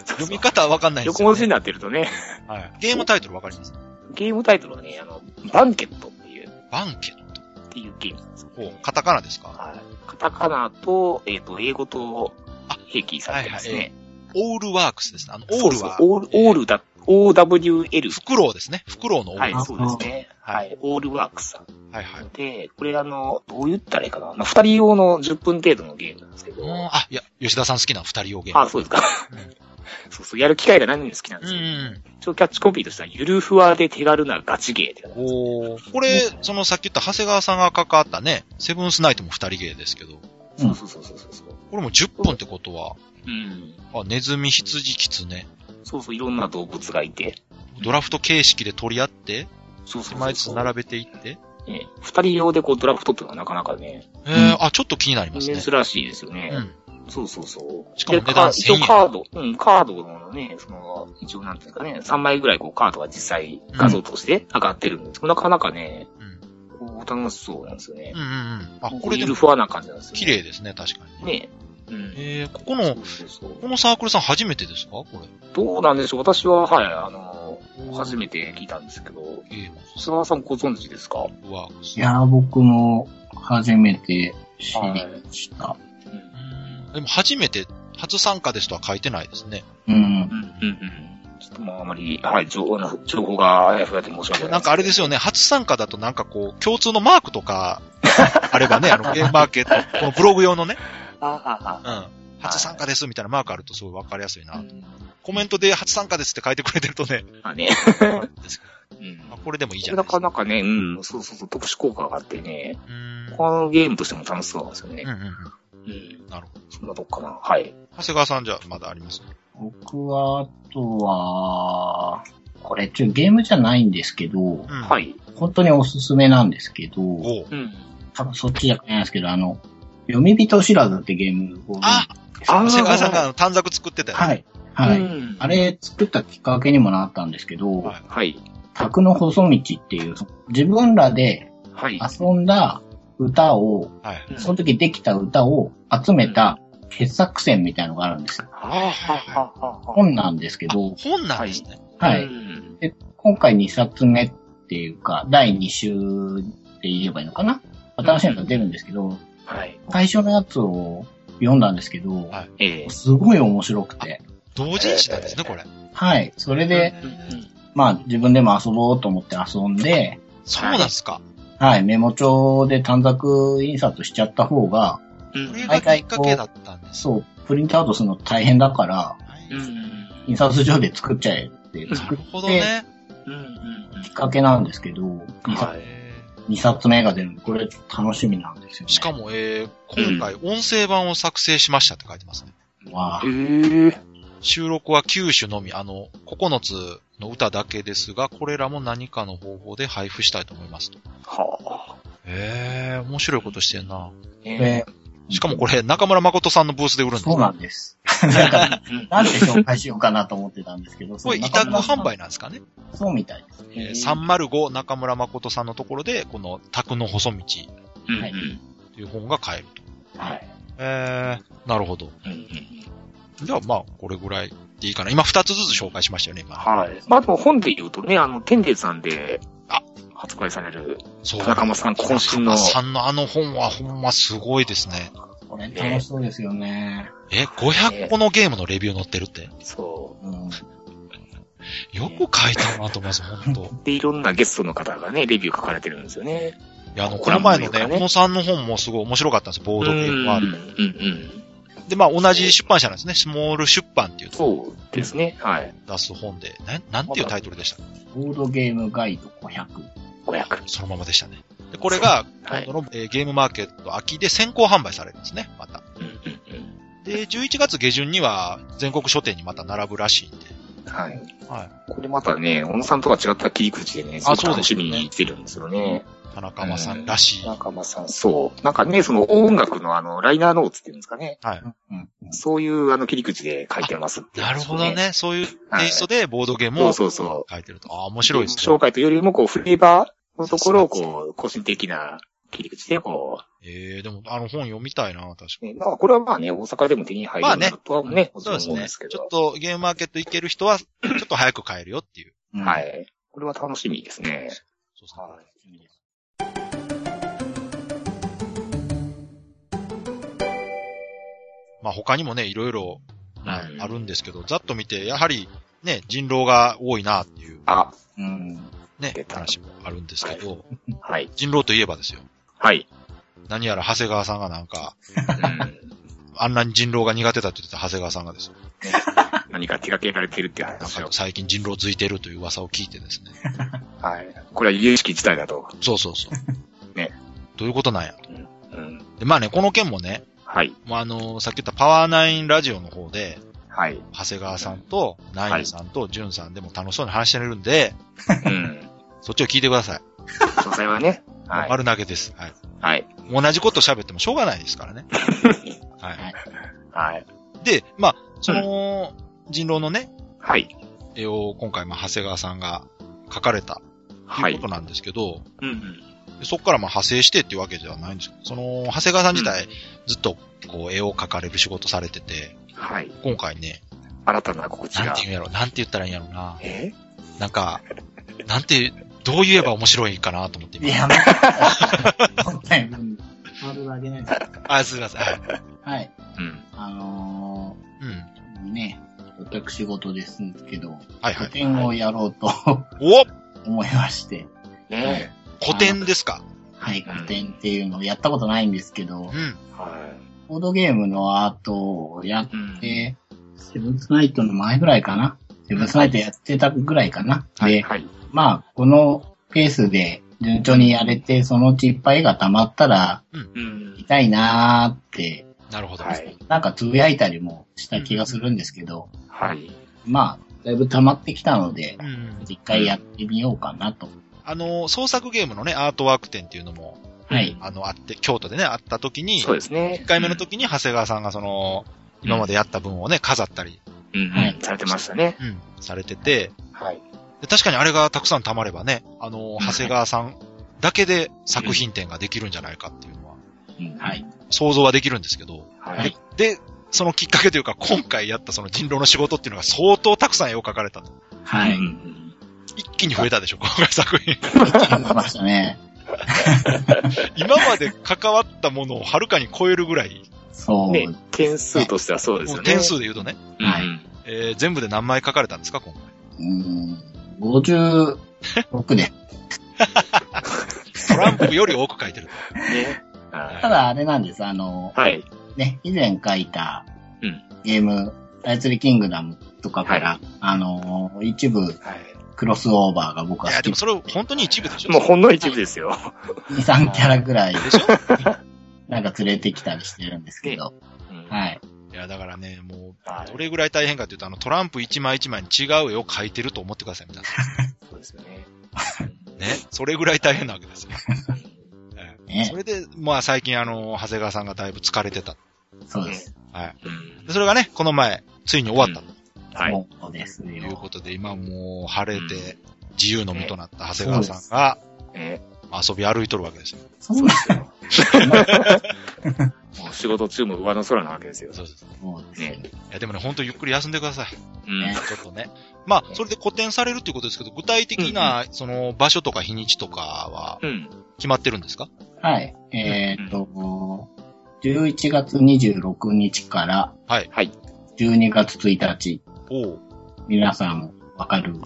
B: 読み方わかんないんです
C: 横
B: よ、
C: 文字に
B: ね。
C: なってるとね、
B: はい。ゲームタイトルわかります
C: ゲームタイトルはね、あの、バンケットっていう、
B: バンケッ
C: っていうゲームなんですよ
B: ト。おカタカナですか
C: はい。カタカナと、えっ、と、英語と、併記されてます
B: はいは
C: ね。
B: オールワークスですね。あの、
C: そ
B: オー
C: う
B: ル
C: そう
B: は、
C: オール、オールだ、OWL
B: フ。クロウですね。フクロウのオール。
C: は
B: はいい、
C: そうですね。
B: は
C: はいい。オールワークスさん。
B: はいはい。
C: で、これあの、どう言ったらいいかな。まあ、二人用の10分程度のゲームなんですけど
B: うん、あ、いや、吉田さん好きな二人用ゲーム。
C: あ、そうですか
B: うん。
C: そうそう、やる機会がないのに好きなん
B: う
C: ですけど、
B: ん。
C: 一応キャッチコピーとしては、ゆるふわで手軽なガチゲーって感じ
B: おーこれ、そのさっき言った長谷川さんが関わったね、セブンスナイトも二人ゲーですけど、
D: うん
C: そうそうそうそうそう。
B: これも10分ってことは、
C: うん。
B: あ、ネズミ、羊、キツネ、
C: そうそう、いろんな動物がいて。
B: ドラフト形式で取り合って、
C: そうそうそうそう。
B: 毎つ並べていって、
C: ね二人用でこうドラフトっていうのはなかなかね、
B: えー、あ、ちょっと気になりますね。
C: 珍しいですよ
B: う
C: ね。
B: ん。
C: そうそうそう。
B: しかも
C: で
B: 値段
C: か一応
B: 1000円
C: カード、うん、カードのね、その、一応なんていうかね、3枚ぐらいこうカードが実際画像として上がってるんですけど、なかなかね、
B: うん。
C: こう楽しそうなんですよね
B: うんう。んうん。あ、これで
C: ゆる
B: も
C: ふわな感じなんですよ、ね。
B: 綺麗ですね、確かにね。
C: ね。うん。
B: えー、ここの、
C: そうそうそう
B: このサークルさん初めてですかこれ。
C: どうなんでしょう私は、はい、あの、初めて聞いたんですけど、
B: ゲーム
C: 菅原さんご存知ですか
B: ワークス。
D: いやー、僕も初めて知りました。
C: うん
B: うんでも初めて、初参加ですとは書いてないですね。
D: うん
C: う。んうんうん。ちょっともうあまり、はい、情報の情報があやふやで申し訳ない。
B: なんかあれですよね、初参加だとなんかこう、共通のマークとか、あればね、あの、ゲームマーケット、このブログ用のね、
C: ああ、あ
B: うん。初参加ですみたいなマークあるとすごいわかりやすい
C: あ。
B: な。
C: うん
B: コメントで初参加ですって書いてくれてるとね、
C: まあ ね。
B: ですけど
C: うん。
B: まあこれでもいいじゃ
C: これ
B: な
C: ない
B: ですか
C: か。なかね、うん、そうそうそう、特殊効果があってね、
B: うーん
C: 他のゲームとしても楽しそうなんですよ
B: うんう
C: ね。
B: んうん。
C: うん。
B: なるほど。
C: そんなとこかな。はい。
B: 長谷川さんじゃまだあります
D: 僕は、あとは、これ、ちょ、ゲームじゃないんですけど、
B: は。
C: はいい。
D: 本当におすすめなんですけど、
B: おう
C: うん。
D: 多分そっちじゃないんですけど、あの、読み人知らずってゲームを。
B: あ
C: あ
B: 長谷川さんがあの短冊作ってたよね。
D: はい。はい。
C: うん
D: あれ作ったきっかけにもなったんですけど、
B: はい
C: はい。
D: 宅の細道っていう、自分らで
C: はい。
D: 遊んだ歌を、
B: はい。
C: うん
D: その時できた歌を集めた傑作選みたいのがあるんですよ。
C: はあはあはあはあ。
D: 本なんですけ
B: あ
D: ど、
B: 本なんですね。
D: は
C: う
D: い。
C: ん
D: 今回2冊目っていうか、第2週って言えばいいのかな新しいのが出るんですけど、
C: はい。
D: 最初のやつを読んだんですけど、
B: はい
C: ええ。
D: すごい面白くて、
B: 同人誌なんですね、これ。
D: はい。それで、
C: うんうん
D: まあ自分でも遊ぼうと思って遊んで、
B: そうなんですか。
D: はい、メモ帳で短冊印刷しちゃった方が、
C: うん
B: これがきっかけだったんです。
D: そう、プリントアウトするの大変だから、
B: はい
C: うん
D: 印刷所で作っちゃえって
B: な
D: 作
B: る
D: っ
B: ほどね。
C: うんうん
D: きっかけなんですけど、2冊
C: はい
B: えー
D: ,2 冊目が出るんで、これ楽しみなんですよね。
B: しかも、えー今回音声版を作成しましたって書いてますね。
D: わあ
C: うん。へえ。
B: 収録は9種のみ、あの、9つの歌だけですが、これらも何かの方法で配布したいと思いますと。
C: はあ。
B: ええ面白いことしてんな。
D: こ
C: ええ。
D: れ、
B: しかもこれ、中村誠さんのブースで売るんです
D: そうなん です。なんか、なんで紹介しようかなと思ってたんですけど、
B: これ、
D: そう
B: 委託販売なんですかね。
D: そうみたいです。
B: えー
C: 三
B: 305中村誠さんのところで、この、宅の細道
C: うん
D: はい
B: という本が買えると。
D: はい。
B: えー、なるほど。
C: うんうん。
B: じゃあ、まあ、これぐらいでいいかな。今、2つずつ紹介しましたよね、今。
C: はい。まあでも本で言うとね、あの、天竜さんで、
B: あ
C: 発売される、
B: そう。
C: 田中間さん渾身
B: 中
C: の
B: 間、さんのあの本は、ほんますごいですね。
D: これ楽しそうですよね。
B: え、500個のゲームのレビュー載ってるって。
C: そ。
D: うん。
B: よく書いたなと思います、本当。いう
C: で、いろんなゲストの方がね、レビュー書かれてるんですよね。
B: や、あの、この前の
C: コラムとい
B: ね、こ
C: うかね
B: のさんの本もすごい面白かったんです、ボードゲームワールド。
C: うんうん
B: で、まあ、同じ出版社なんですね。スモール出版っていうとこ
C: そうですね。はい。
B: 出す本で、なん、なんていうタイトルでした
D: ボードゲームガイド500。
C: 500。
B: そのままでしたね。で、これが、
C: は
B: こ
C: い。
B: の、えーゲームマーケット秋で先行販売されるんですね、また。
C: うんうん
B: で、11月下旬には全国書店にまた並ぶらしいんで。
C: うんはい。
B: はい。
C: これまたね、小野さんとは違った切り口でね、す
B: あ
C: ご
B: そ
C: く
B: うで
C: 楽
B: す
C: し
B: ね
C: みにしてるんですよね。
B: 田中間さんらしい。
C: 中間さん、そう。なんかね、その音楽のあの、ライナーノーツっていうんですかね。
B: はい。
D: うんうん
C: そういうあの切り口で書いてますっていうん
B: な
C: で
B: る
C: す
B: ほ
C: よ
B: ど。ね。そういうテイストでボードゲーム
C: そ
B: を
C: うそうそう。
B: 書いてると。ああ、面白いです
C: 紹
B: ね。
C: 介というよりも、こう、フレーバーのところを、こう、個人的な切り口で、こ
B: ええでも、あの本読みたいな、確か
C: う、ね、まあ、これはまあね、大阪でも手に入るようになるとは
B: に。
C: ね、もち
B: そう
C: ろん
B: です
C: 思うん
B: ね。
C: ですけ
B: ちょっ
C: ど。
B: とゲームマーケット行ける人は、 ちょっと早く買えるよっていう。
C: は
D: はい。
C: い。これは楽しみです
B: そう
C: ね。
B: ですね
C: は
B: まあ他にもね、いろいろまあ
C: はい
B: あるんですけど、ざっと見て、やはりね、人狼が多いなっていう
C: あ、
D: うん。
B: ね
C: 出、た
B: 話もあるんですけど、
C: はい。
B: 人狼といえばですよ。
C: はい。
B: 何やら長谷川さんがなんか、
C: うん
B: あんなに人狼が苦手だって言ってた長谷川さんがですよ。
C: 何か手掛けられてるっていう
B: なん
C: 話
B: か
C: を。
B: 最近人狼ついてるという噂を聞いて ですね。
C: はい。これは有意識自体だと。
B: そうそうそう。
C: ね。
B: どういうことなんや。
C: うん。
B: で、まあね、この件もね、
C: はい。
B: まあ、あの、さっき言ったパワーナインラジオの方で、
C: はい。
B: 長谷川さんと、ナインさんと、ジュンさんでも楽しそうに話してるんで、
C: うん。
B: そっちを聞いてください。
C: 詳細はね。はい。
B: 丸投げです。はい。
C: はい。
B: 同じこと喋ってもしょうがないです からね。はい。
C: はい。
B: で、まあ、その、人狼のね、
C: はい。
B: 絵を今回、まあ、長谷川さんが書かれたと
C: は
B: いうこ
C: い
B: と。なんですけど、
C: うんうん。
B: でそこからまあ派生してっていうわけではないんですけど、その、長谷川さん自体、ずっとこう、絵を描かれる仕事されてて、
C: はい。
B: 今回ね、
C: 新たな告知
B: なん
C: が
B: て。言うんやろ、なんて言ったらいいんやろな。
C: え
B: なんか、なんて、どう言えば面白いかなと思って
D: い
B: 今。
D: や、も う、本当に、うんハードル上げないで
B: あ、すいません。はい。
D: はい。
C: うん。
D: あの
B: うん。
D: ー、ね、私事ですけど、
B: はいは
D: 古
B: い。
D: 典をやろうと
B: お
D: 思いまして、
C: ね
B: 古典ですか。
D: はい、古典っていうのをやったことないんですけど
B: う、ん。
C: え。はい。
D: ボードゲームのアートをやっ
C: うん。
D: て、セブンスナイトの前ぐらいかなセブンスナイトやってたぐらいかな、
B: はい
D: で、
C: はい。
D: まあ、このペースで順調にやれて、そのうちいっぱいが溜まったら、
C: うん。
D: 痛いなーって、
B: なるほど。
C: はい。
D: なんかつぶやいたりもした気がするんですけど、
C: はい。
D: まあ、だいぶ溜まってきたので
B: う、ん。
D: 一回やってみようかなと。
B: あの、創作ゲームのね、アートワーク展っていうのも、
D: はい。
B: あの、あって、京都でね、あった時に、
C: そうですね。
B: 1回目の時に長谷川さんがその、今までやった分をね、飾ったり、
C: うん。うん
D: はい
C: されてましたね。
B: うん、されてて、
C: はい。
B: で確かにあれがたくさん溜まればね、あの、
C: ん
B: 長谷川さんだけで作品展ができるんじゃないかっていうのは、
C: うん
D: はい。
B: 想像はできるんですけど、
C: は
D: はいい。
B: で、そのきっかけというか、今回やったその人狼の仕事っていうのが相当たくさん絵を描かれたと。
D: は
C: うんう
D: い。
C: ん
B: 一気に増えたでしょ、今 回作品。
D: 来ましたね。
B: 今まで関わったものをはるかに超えるぐらい、
D: そ
C: うん
D: う。
C: ね、点数としてはそうです
B: も
C: よ
B: う
C: ね。
B: 点数で言うとね、
C: うん。
D: はい
B: えー全部で何枚描かれたんですか、今回。
D: うーん。56で。
B: トランプより多く描いてる。
C: ね。は
D: ただあれなんです。あの、
C: いはい。
D: ね、以前書いた
C: うん
D: ゲーム、タイツリキングダムとかから、
C: は
D: あの、一部
C: はい。
D: クロスオーバーが僕
B: い
D: は
B: や、
D: 好き
B: でも。それ本当に一部でしょ。
C: もうほんの一部ですよ。
D: 2、3キャラぐらい、
B: でしょ
D: なんか連れてきたりしてるんですけど。
C: うん
D: はい。
B: いや、だからね、も
C: は
B: う、
C: い
B: どれぐらい大変かっていうと、あの、トランプ一枚一枚に違う絵を描いてると思ってください、皆さ
C: そうですよ ね。
B: ん。ね。それぐらい大変なわけですよ。ええ
D: ね
B: そ。れで、まあ最近あの、長谷川さんがだいぶ疲れてた。
D: そうです。
C: うん
B: でそれがね、この前、ついに終わったと
C: はい。
D: そうです
B: いう
D: よ。
B: ことで、今もう晴れて自由の身となった長谷川さんが
C: ね
B: 遊び歩いとるわけですよ。
D: そうですよ。
C: もう仕事中も上の空なわけですよ。
B: そうです。
D: そうですよ。
B: いや、でも ね、ほんとゆっくり休んでください。 ち
C: うん
D: ね
B: ょっとね。まあ、それで個展されるっていうことですけど、具体的な、その、場所とか日にちとかは
C: うん。
B: 決まってるんですか
D: はい。えーっと、11月26日から
B: はい。
C: はい。
D: 12月1日、
B: おう
D: 皆さんわかる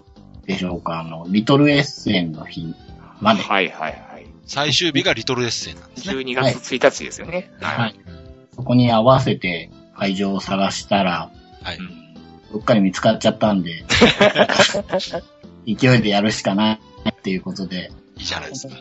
D: でしょうかあの、リトルエッセンの日まで。
C: はいはいはい。
B: 最終日がリトルエッセンなんですね。
C: 12月1日ですよね。
D: はい
B: うん。
D: そこに合わせて、会場を探したら、
B: はい
C: うん
D: どっかに見つかっちゃったん で、勢いでやるしかないっていうことで、
B: いいじゃないですか。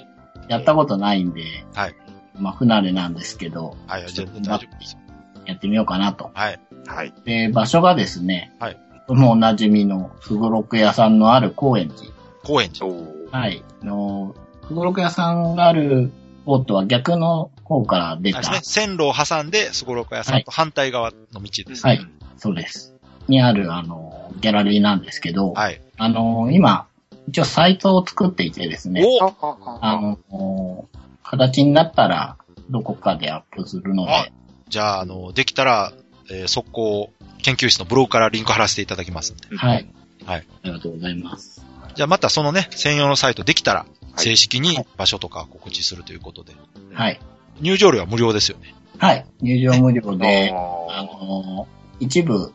D: やったことないんで、
B: はい
D: まあ不慣れなんですけど、
B: はい、じゃあ大丈夫ですよ。
D: やってみようかなと。
B: はい。
C: はい。
D: で、場所がですね、
B: はい
D: もうおなじみのすごろく屋さんのある高円寺。
B: 高円寺。
C: おー
D: はい。あの、すごろく屋さんがある方とは逆の方から出
B: あ
D: た、
B: れですね、線路を挟んで、すごろく屋さんと反対側の道ですね。
D: はい。そうです。にある、あの、ギャラリーなんですけど、
B: はい。
D: あの、今、一応サイトを作っていてですね、
B: お
C: あ
B: お
C: あああ
D: あの、形になったら、どこかでアップするの
B: あ
D: で、
B: じゃあ、あの、できたら、えー速攻、研究室のブログからリンク貼らせていただきますんで。
D: はい。
B: はい。
D: ありがとうございます。
B: じゃあ、またそのね、専用のサイトできたら、
C: い
B: 正式に場所とか告知するということで。
D: はい。
B: 入場料は無料ですよね。
D: はい。入場無料で、あ
C: あ
D: の、一部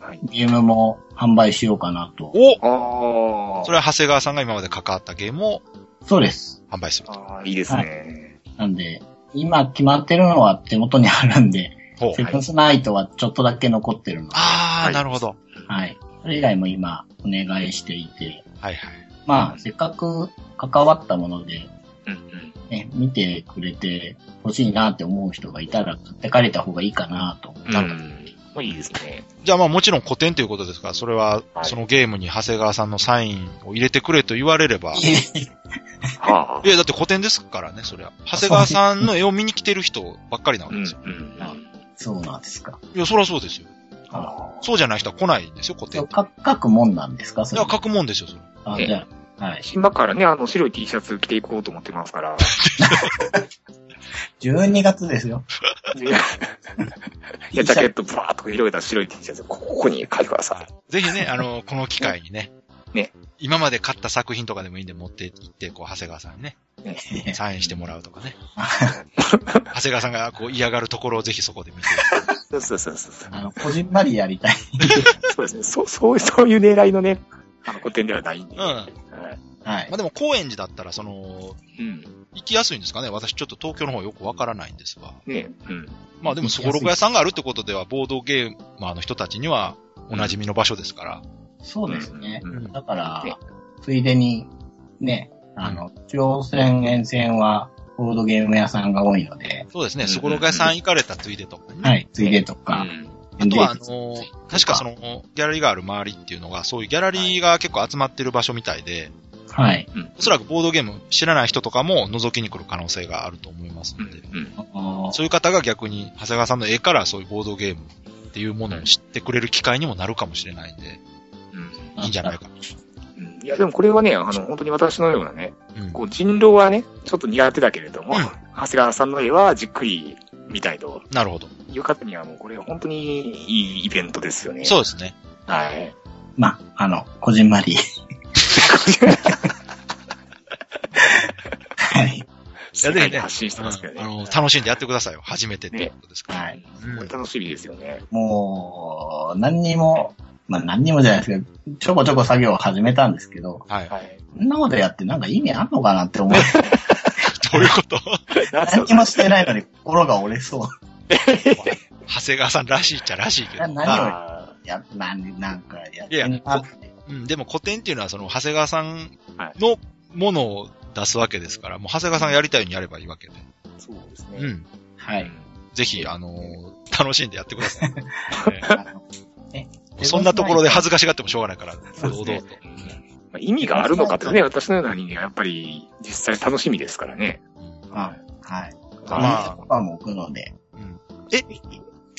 C: ーはい
D: ゲームも販売しようかなと。
B: お
C: ああ。
B: それは長谷川さんが今まで関わったゲームを
D: そうです。
B: 販売すると。
C: あーいいですね。
D: なんで、今決まってるのは手元にあるんで、
B: ほう。
D: セブンスナイトはちょっとだけ残ってるので、
B: あー、
C: はい
B: なるほど。
D: はい。それ以外も今お願いしていて、
B: はいはい。
D: まあ、せっかく関わったもので、
C: うんうん。
D: ね、見てくれて欲しいなって思う人がいたら買ってかれた方がいいか なと。
C: なるほど。まあいいですね。
B: じゃあまあもちろん古典ということですから、それは、
C: はい
B: そのゲームに長谷川さんのサインを入れてくれと言われれば、い
C: はあ。
B: やだって古典ですからね、そりゃ。長谷川さんの絵を見に来てる人ばっかりなわ
C: う
B: け
C: んう
B: ですよ。
C: ん。
D: そうなんですか。
B: いや、そりゃそうですよ。
D: あ
C: あ
B: そうじゃない人は来ないんですよ、古典
D: そう
B: って。
D: か書くもんなんですか
B: い
D: それ
B: や、書くもんですよ、それ。
D: あじゃあ、はい。
C: 今からね、あの、白い T シャツ着ていこうと思ってます から。
D: 12月ですよ。
C: いや、ジャケットブワーっと広げた白い T シャツ、ここに書いてくださ
B: ぜひね、あの、この機会にね。
C: ね
B: 今まで買った作品とかでもいいんで持って行って、こう、長谷川さんにね、サインしてもらうとかね。 長谷川さんがこう嫌がるところをぜひそこで見て。
C: い。そうそうそうそう。
D: あの、こじんまりやりたい。
C: そうですね。そう、そう、そういう狙いのね、あの、古典ではないんで。
B: うん。ま
C: はい
D: はい
B: あ。でも、高円寺だったら、その、
C: うん。
B: 行きやすいんですかね私ちょっと東京の方よくわからないんですが。
C: ねうん。
B: まあでも、すごろく屋さんがあるってことでは、ボードゲーマーの人たちには、お馴染みの場所ですから。
D: そうですね。
C: うん
B: うん
D: だから
C: ね、
D: ついでに、ね、あの、中央線沿線は、ボードゲーム屋さんが多いので、
B: そうですね、
C: うん
B: すごろく屋さん行かれたついでとかね。
D: はい、ついでとか、
B: あとは、あ
D: エンゲージ
B: の
D: と
B: ー、確かその、ギャラリーがある周りっていうのが、そういうギャラリーが結構集まってる場所みたいで、
D: はい。
B: おそらくボードゲーム知らない人とかも覗きに来る可能性があると思いますので、
D: あの
B: そういう方が逆に、長谷川さんの絵からそういうボードゲームっていうものを知ってくれる機会にもなるかもしれないんで、いいんじゃないか。
C: うん。いや、でもこれはね、あの、本当に私のようなね、
B: うん。
C: こう、人狼はね、ちょっと苦手だけれども、
B: うん
C: 長谷川さんの絵はじっくり見たいと
B: なるほど。
C: いう方にはもう、これ本当にいいイベントですよね。
B: そうですね。
C: はい。
D: まあ、あの、こじんまり。 はい。
B: いや
C: 世
B: で
C: 界
B: も
C: で
B: ね
C: 発信してますけどね。
B: うんあの楽しんでやってくださいよ。初めてっていうことですから。
D: はい。
B: うん
C: これ楽しみですよね。
D: もう、何にも、まあ何にもじゃないですけど、ちょこちょこ作業を始めたんですけど、
B: はい。
C: はい。
D: こんなことやってなんか意味あんのかなって 思う。
B: どういうこと
D: 何にもしてないのに心が折れそう。
B: 長谷川さんらしいっちゃらしいけど。
D: な何を
B: まあ
C: あ
D: いや、なんなんかやっ
B: い
D: て
B: や
D: んなって。
B: うん、でも古典っていうのはその長谷川さんのものを出すわけですから、もう長谷川さんがやりたいようにやればいいわけで。
C: ーそうですね。
B: うん。
D: はい。
B: ぜひ、あのー楽しんでやってください。ね
D: あのね
B: そんなところで恥ずかしがってもしょうがないから、
D: そうです
B: 堂
D: ね
B: 々と。
C: まあ意味があるのかってね、私のような人間はやっぱり実際楽しみですからね。
B: うん
D: あはい。
B: まあ
D: まあ、も置くので、
B: うん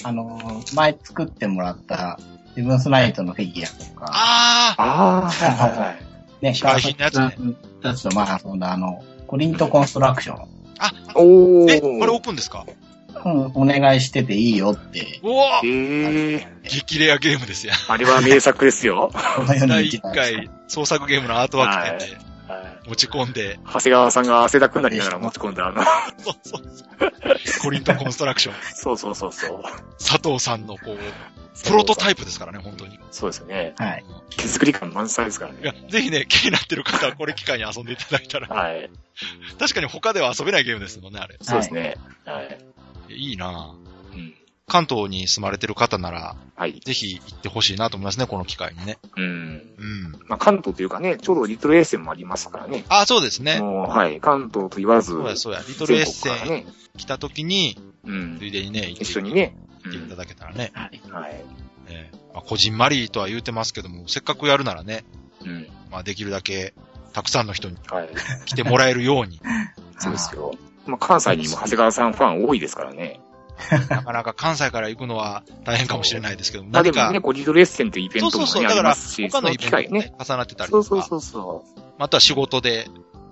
D: あのー、前作ってもらった、セブンスナイトのフィギュアとか、
B: あー
C: ああ、はいはいはい。
D: ね、
B: 非売品のやつ
D: 川
B: ね
D: 崎さんたちとまあ遊んだあの、コリントコンストラクション。
B: あ
C: おー。
B: え、これオープンですか
D: うん、お願いしてていいよって、
B: うわー
C: ええ
B: 激レアゲームですよ。
C: あれは名作ですよ。
D: この世
B: 第
D: に一
B: 1
D: 番
B: 回創作ゲームのアートワーク展で
C: は
B: 持ち込んで、
C: い長谷川さんが汗だくになりながら持ち込んだ、あの、
B: そうそうそう。コリントコンストラクション。
C: そうそうそうそう。
B: 佐藤さんのこう、プロトタイプですからね、本当に。い
C: そうですよね。
D: はい。
C: 手作り感満載ですから
B: や
C: ね。、
B: ぜひね、気になってる方はこれ機会に遊んでいただいた ら、
C: はい。
B: 確かに他では遊べないゲームですもんね、あれ。
C: そうですね。はい。
B: いいなぁ
C: うん
B: 関東に住まれてる方なら、
C: はい。
B: ぜひ行ってほしいなと思いますね、この機会にね。
C: うん。
B: うん。
C: まあ、関東というかね、ちょうどリトルエースもありますからね。
B: あ、そうですね。
C: もう、はい。関東と言わず、
B: そうや、そうや。リトルエッセ
C: 全国から
B: ン
C: ね、
B: 来た時に、
C: うん
B: つ。いでにね、行って
C: 一緒にね。う
B: 行っていた
C: ん
B: だけたらね。
C: はい。
B: ええまあ、こじんまりとは言うてますけども、せっかくやるならね、
C: うん。
B: まあ、できるだけ、たくさんの人に
C: はい。
B: 来てもらえるよう に、
C: そうですよ。まあ、関西にも長谷川さんファン多いですからね。
B: なかなか関西から行くのは大変かもしれないですけども、
C: まあで
B: 何
C: も
B: か
C: ね、、こうリトルエッセンというイベン
B: そう
C: ト
B: そ
C: も
B: うそう、
C: ね、あ
B: だ
C: り
B: か
C: ま
B: ら、
C: すし、
B: 他のイベ
C: 機
B: ント
C: 会
B: も
C: ね。
B: ね、重なってたり
C: そ
B: と
C: うそう
B: か、
C: そうそ
B: または仕事で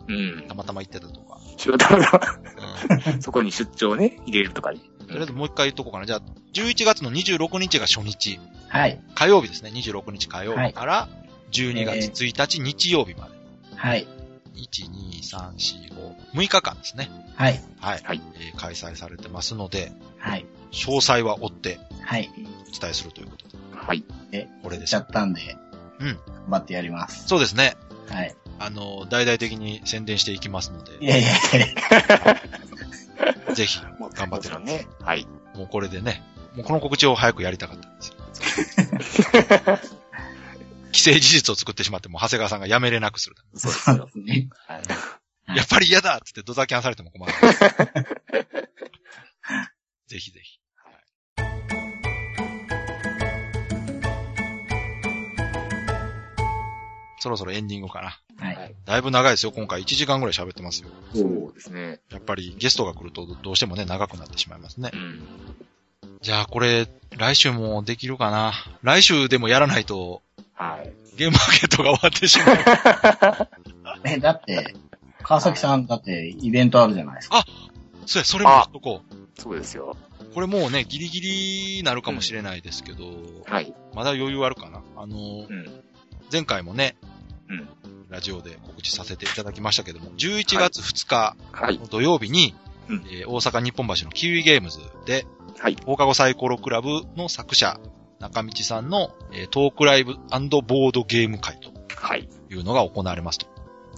C: う。うん
B: た。またま行ってたとか、
C: 仕事の
B: うん
C: そこに出張 ね、入れるとかね。
B: とりあえずもう一回言っとこうかな。じゃあ、11月の26日が初日、
D: はい。
B: 火曜日ですね、26日火曜日から、12月1日日曜日まで、
D: はい。
B: 1、2、3、4、5、6日間ですね。
D: はい。
B: はい。
C: はい
B: えー開催されてますので、
D: はい。
B: 詳細は追って
D: はい。
B: お伝えするということで、
C: はい。
B: これで
D: しち
B: す
D: ゃ。ったんで、
B: うん。
D: 頑張ってやります。
B: そうですね。
D: はい。
B: あの、大々的に宣伝していきますので
D: い、やいやいや
B: ぜひ、
C: もう
B: 頑張ってる
C: もちろんね。はい。
B: もうこれでね、もうこの告知を早くやりたかったんですよ。既成事実を作ってしまっても、長谷川さんがやめれなくする。
C: そうです
D: そう
C: よ
D: で。すね。
C: はい
B: やっぱり嫌だっつってドザキャンされても困る。ぜひぜひ。そろそろエンディングかな。
D: はい。
B: だいぶ長いですよ。今回1時間ぐらい喋ってますよ。
C: そうですね。
B: やっぱりゲストが来るとどうしてもね、長くなってしまいますね
C: う。ん。
B: じゃあこれ、来週もできるかな。来週でもやらないと、
C: はい。
B: ゲームマーケットが終わってしま う。
D: え、だって、川崎さん、だって、イベントあるじゃないですか。
B: そうや、それもやっとこう。
C: そうですよ。
B: これもうね、ギリギリなるかもしれないですけど、
C: はい。
B: まだ余裕あるかな。あの
C: う、ん。
B: 前回もね、
C: うん
B: ラジオで告知させていただきましたけども、11月2日
C: はい。
B: の土曜日に、
C: うん
B: えー大阪日本橋のキウイゲームズで、
C: はい
B: 放課後サイコロクラブの作者、中道さんの、えートークライブボードゲーム会と
C: はい。
B: いうのが行われますと。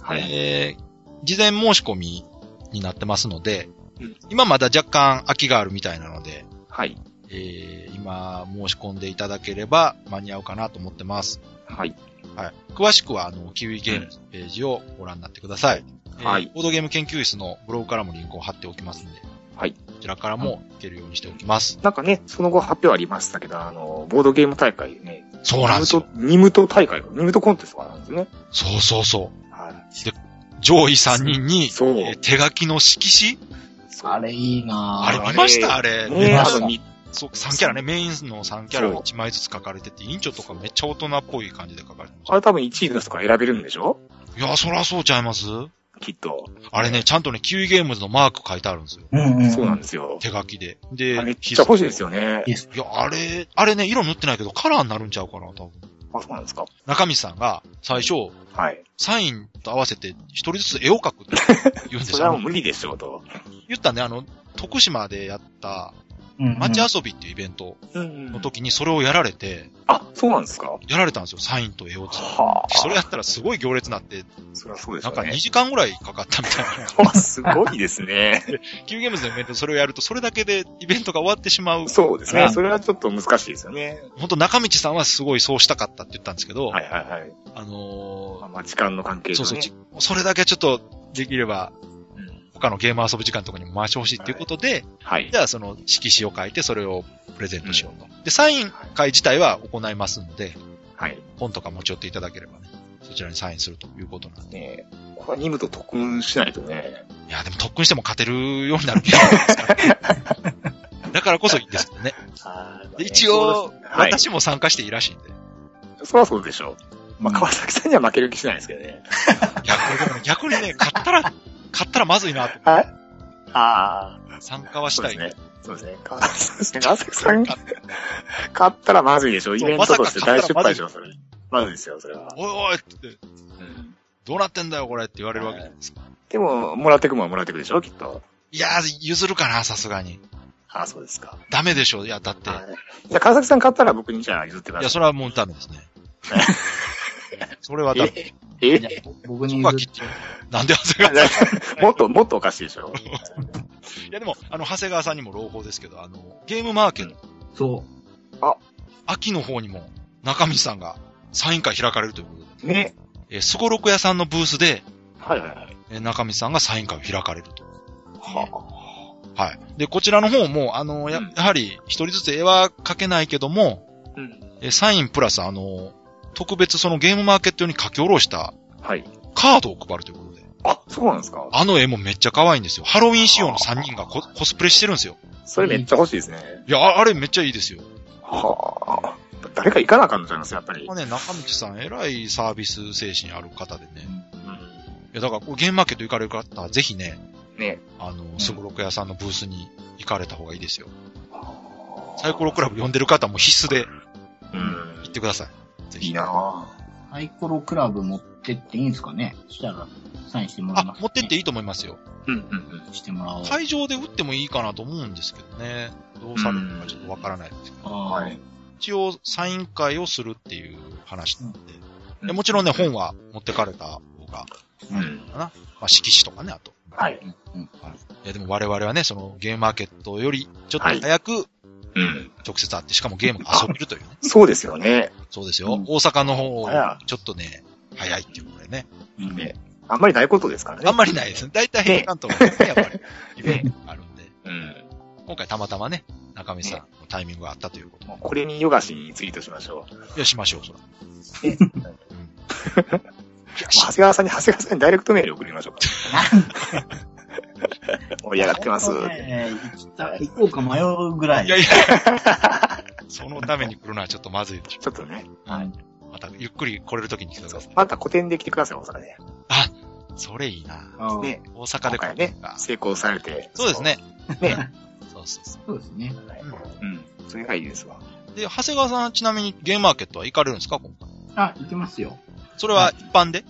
C: はい。
B: えー事前申し込みになってますので、
C: うん
B: 今まだ若干空きがあるみたいなので、
C: はい。
B: えー今申し込んでいただければ間に合うかなと思ってます。
C: はい。
B: はい。詳しくは、あの、キウイゲームズのページをご覧になってください。
C: は
B: え
C: い
B: ーボードゲーム研究室のブログからもリンクを貼っておきますので、
C: はい。
B: こちらからも行けるようにしておきます。
C: なんかね、その後発表ありましたけど、あの、ボードゲーム大会でね、
B: そうなんですよ。
C: ニムトニムト大会、ニムトコンテストがあるんですね。
B: そうそうそう。
C: はい。
B: 上位3人に、
C: そう。
B: えー手書きの色紙
C: そう
D: あれいいな
B: あ
D: ぁ
B: れ
C: ー
B: 見ましたあれ。
C: ね
D: 見ま
C: あ
D: した
C: の、み
B: そう、3キャラね。メインの3キャラ
C: そ
B: が
C: う
B: 1枚ずつ書かれてて、委員長とかめっちゃ大人っぽい感じで書かれてまし
C: あれ多分1位の人から選べるんでしょ
B: た。いやー、そらそうちゃいます
C: きっと。
B: あれね、ちゃんとね、キウイゲームズのマーク書いてあるんですよ。
D: うんうん。
C: そうなん
D: す。
C: ですよ。
B: 手書きで。
C: あ
B: で
C: れめっちゃ欲しいですよね。
D: いいです
B: いや、あれ、あれね、色塗ってないけど、カラーになるんちゃうかな、多分。
C: あ、そうなんですか。
B: 中道さんが、最初、
C: はい。
B: サインと合わせて、一人ずつ絵を描くって言うんで
C: そ
B: す
C: れは
B: よ
C: もう。無理でしょうと。
B: 言ったね、あの、徳島でやった、
D: うんうん
B: 街遊びっていうイベント
C: うん
B: の時にそれをやられて、
C: あ、そうなんですか
B: やられたんですよ、サインと絵をつ。
C: はあ。
B: それやったらすごい行列になって、
C: そりゃそうでし
B: なん
C: ょう
B: か2
C: ね。
B: 時間ぐらいかかったみた いな。
C: あすごいです ね。
B: キューゲームズのイベントでそれをやると、それだけでイベントが終わってしまう。
C: そうです
B: う
C: ね。
B: ん
C: それはちょっと難しいですよね。
B: ほんと中道さんはすごいそうしたかったって言ったんですけど、
C: はいはいはい。
B: あ
C: まあ
B: の
C: まあ、時間の関
B: ー、
C: 係で
B: そう
C: ね。
B: そう、ちそれだけはちょっと、できれば、
C: うん
B: 他のゲーム遊ぶ時間とかにも回してほしいっていうことで、
C: はい
B: じ。ゃあその色紙を書いてそれをプレゼントしようと。で、サイン会自体は行いますので、
C: はい。
B: 本とか持ち寄っていただければね、そちらにサインするということなんで。
C: ねえこれは任務と特訓しないとね。
B: いや、でも特訓しても勝てるようになるゲームですか ら。だからこそいいんですけどね。
C: あー
B: で一応、
C: はい。
B: 私も参加していいらしいんで。い
C: そりゃそうでしょう。まあ、
D: うん
C: 川崎さんには負ける気しないですけどね。
B: や、これでもね、逆にね、勝ったら、勝ったらまずいなって、
C: はいああ、
B: 参加はし
C: そう
B: た
C: で
B: い。
C: すね。そうですね。川崎さんですね川崎さん が勝ったらまずいでしょ。イベントとして大失敗でしょ、それ。まずいですよ、それは。
B: おいおいって言って、
C: うん
B: どうなってんだよこれって言われるわけじゃないですか。
C: でも、もらってくもんはもらってくでしょ、きっと。
B: いやー、譲るかな、さすがに。
C: ああ、そうですか。
B: ダメでしょいや、だって。
C: はいじゃあ川崎さん勝ったら僕にじゃあ譲ってくだ
B: い
C: さ
B: や、
C: い。
B: それはもうダメですね。それはダメ。
C: ええ
D: じゃあ僕に
B: そ
D: 言
B: こは
D: う
B: きっちりなんで長谷川さ
C: もっと、もっとおかしいでしょ。
B: んいや、でも、あの、長谷川さんにも朗報ですけど、あの、ゲームマーケット
D: そ
B: 秋の方にも中道さんがサイン会開かれるということで、
C: ね。
B: えー、スゴロク屋さんのブースで、
C: はいはいはい。
B: えー中道さんがサイン会を開かれると。
C: は
B: はい。で、こちらの方も、あの、や
C: うん
B: やはり一人ずつ絵は描けないけども、
C: あ。うん。
B: えーサインプラス、あの、特別そのゲームマーケット用に書き下ろした
C: はい。
B: カードを配るということで、
C: あ、そうなんですか
B: あの絵もめっちゃ可愛いんですよ。ハロウィン仕様の3人がココスプレしてるんですよ。
C: それめっちゃ欲しいですね。
B: いや、ああれめっちゃいいですよ。
C: はあ。誰か行かなあかんのちゃいますやっぱり
B: ま。あね、中道さん、えらいサービス精神ある方でね。
C: うん。
B: いや、だから、こうゲームマーケット行かれる方は、ぜひね、
C: ね。
B: あの、すごろく屋さんのブースに行かれた方がいいですよ。
C: はあ
B: サイコロクラブ呼んでる方も必須で
C: う
B: 行
C: ん
B: っ。てください。ぜ
C: い
B: ひ。
C: いなあ
D: う。サイコロクラブ持ってっていいんですかねしたら、サインしてもらいま
B: あ
D: す、、
B: 持ってっていいと思いますよ。
C: うんうんうん。
D: してもらおう。
B: 会場で打ってもいいかなと思うんですけどね。どうされるのかちょっとわからないですけど。
D: あー
C: はい。
B: 一応、サイン会をするっていう話なんで。
C: うん
B: でもちろんね、本は持ってかれた方が、
C: うん。
B: まあ、色紙とかね、あと。
C: はい。
D: うん
B: いや、でも我々はね、そのゲームマーケットよりちょっと早く
C: うん。
B: 直接会って、しかもゲームが遊べると いうね。
C: そうですよね。
B: そうですよ。
D: うん
B: 大阪の方、
C: 早い
B: ちょっとね、早いっていうこれね。
D: うん
C: ねあんまりないことですからね。
B: あんまりないですね。大体
C: ね
B: 関東はね、やっぱり、イベントがあるんで。
C: うん。
B: 今回たまたまね、中身さんのタイミングがあったということ
C: もうこれにヨガシにツイートしましょ う。
B: いや、しましょう、そら。
C: え
B: うんよ
C: 長
B: し
C: 谷川さんに、 長谷川さんにダイレクトメール送りましょうか。 盛り上がってます。
D: 本当ね行きたい行こうか迷うぐらい。
B: いやいや、 そのために来るのはちょっとまずいでしょ。
C: ちょっとね、
D: はい。
B: またゆっくり来れるときに来てください。
C: また個展で来てください、大阪で。
B: あ、それいいな。
D: あー
C: ね、
B: 大阪
C: 今
B: で来
C: 回
B: るの
C: ね、
B: か。
C: 成功されて。
B: そうですね。
C: ね。
B: そうそうそ
D: そうですね。
C: うん。それがいいですわ。
B: う。で、長谷川さん、ちなみにゲームマーケットは行かれるんですか今回。
D: あ、行きますよ。
B: それは一般で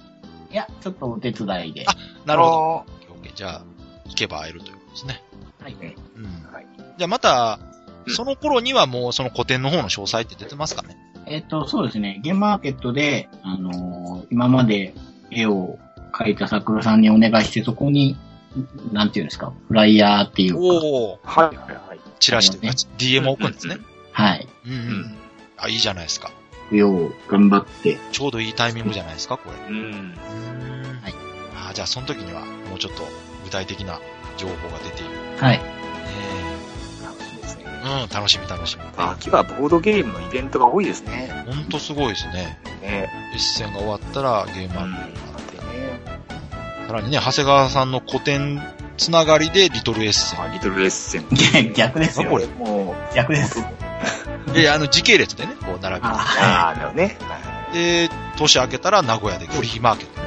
D: いや、ちょっとお手伝いで。
B: あなるほど。
C: ど。
B: OK じゃあ、行けば会えるということですね。
D: はい。
B: うん。
C: はい
B: じゃあまた、
C: うん
B: その頃にはもうその古典の方の詳細って出てますかね
D: えっ、と、そうですね。ゲームマーケットで、あのー今まで絵を描いた桜さんにお願いして、そこに、んなんていうんですか、フライヤーっていうか、
B: おお
C: はい、はい、はい。
B: チラシというか、DM を置くんですね。
D: はい。
B: うんうん。
C: うん
B: あ、いいじゃないですか。
D: よう頑張って。
B: ちょうどいいタイミングじゃないですか、これ。
C: うん。うん。
B: はい。あーじゃあその時には、もうちょっと具体的な情報が出ている。ね
D: はい。
C: 楽しみですね。
B: うん、楽しみ楽しみ。
C: 秋はボードゲームのイベントが多いですね。
B: ほんとすごいですね。
C: ね。
B: 一戦が終わったらゲーム
C: う
B: マー
C: ん。だ
B: ケットがあっ
C: って
B: て。
C: ね。
B: さらにね、長谷川さんの古典つながりでリトルエッセン。
C: まあリトルエッセン。
D: 逆です
B: あ
D: よ。
B: これ
C: もう、
D: 逆です。
B: いや、あの、時系列でね、こう並べて。
D: あ
C: ああ、なるほどね。
B: で、年明けたら名古屋でフリーマーケット。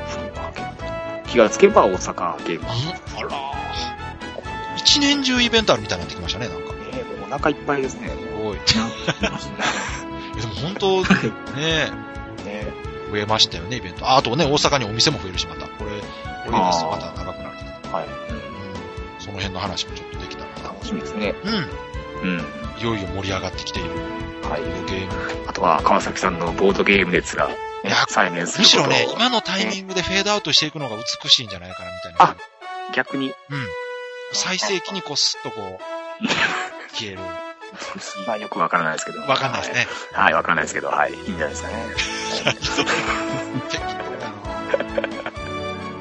C: 気がつけば大阪ゲーム。ね
B: あらー一年中イベントあるみたいになってきましたね、なんか。
C: もうお腹いっぱ いですね。
B: すごい。いやでも本当、ね、
C: ね
B: 増えましたよね、イベント。ああとね、大阪にお店も増えるし、また。これ、これですとまた長くなるけど。
C: はい。
B: うんその辺の話もちょっとできたらな。
C: 楽しみですね。
B: う
C: うん。
B: ん。いよいよ盛り上がってきている
C: はい
B: ゲ。ーム。
C: あとは、川崎さんのボードゲーム熱が、ね
B: いや、
C: 再燃する
B: むしろ
C: ことを
B: ね、今のタイミングでフェードアウトしていくのが美しいんじゃないかな、みたいな。
C: あ逆に、
B: うん。最盛期にこう、すっとこう、消える。
C: まあよくわからないですけど。
B: わかんないですね。
C: はい。はい、わかんないですけど、はい。いいんじゃな いですかね。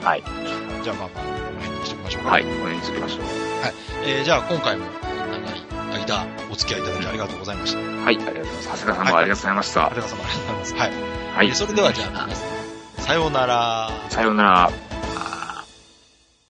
C: はい。
B: じゃあまあまあ、この辺にしておきましょうか。
C: はい。応援しておきましょう。
B: えーじゃあ今回も長い間お付き合いいただきありがとうございました。長
C: はい。ありがとうございます。長谷川さんもありがとうございました。
B: 谷川様ありがとうございます。はい。
C: は
B: えー
C: い。
B: それではじゃあ皆さん、さようなら。
C: さようなら。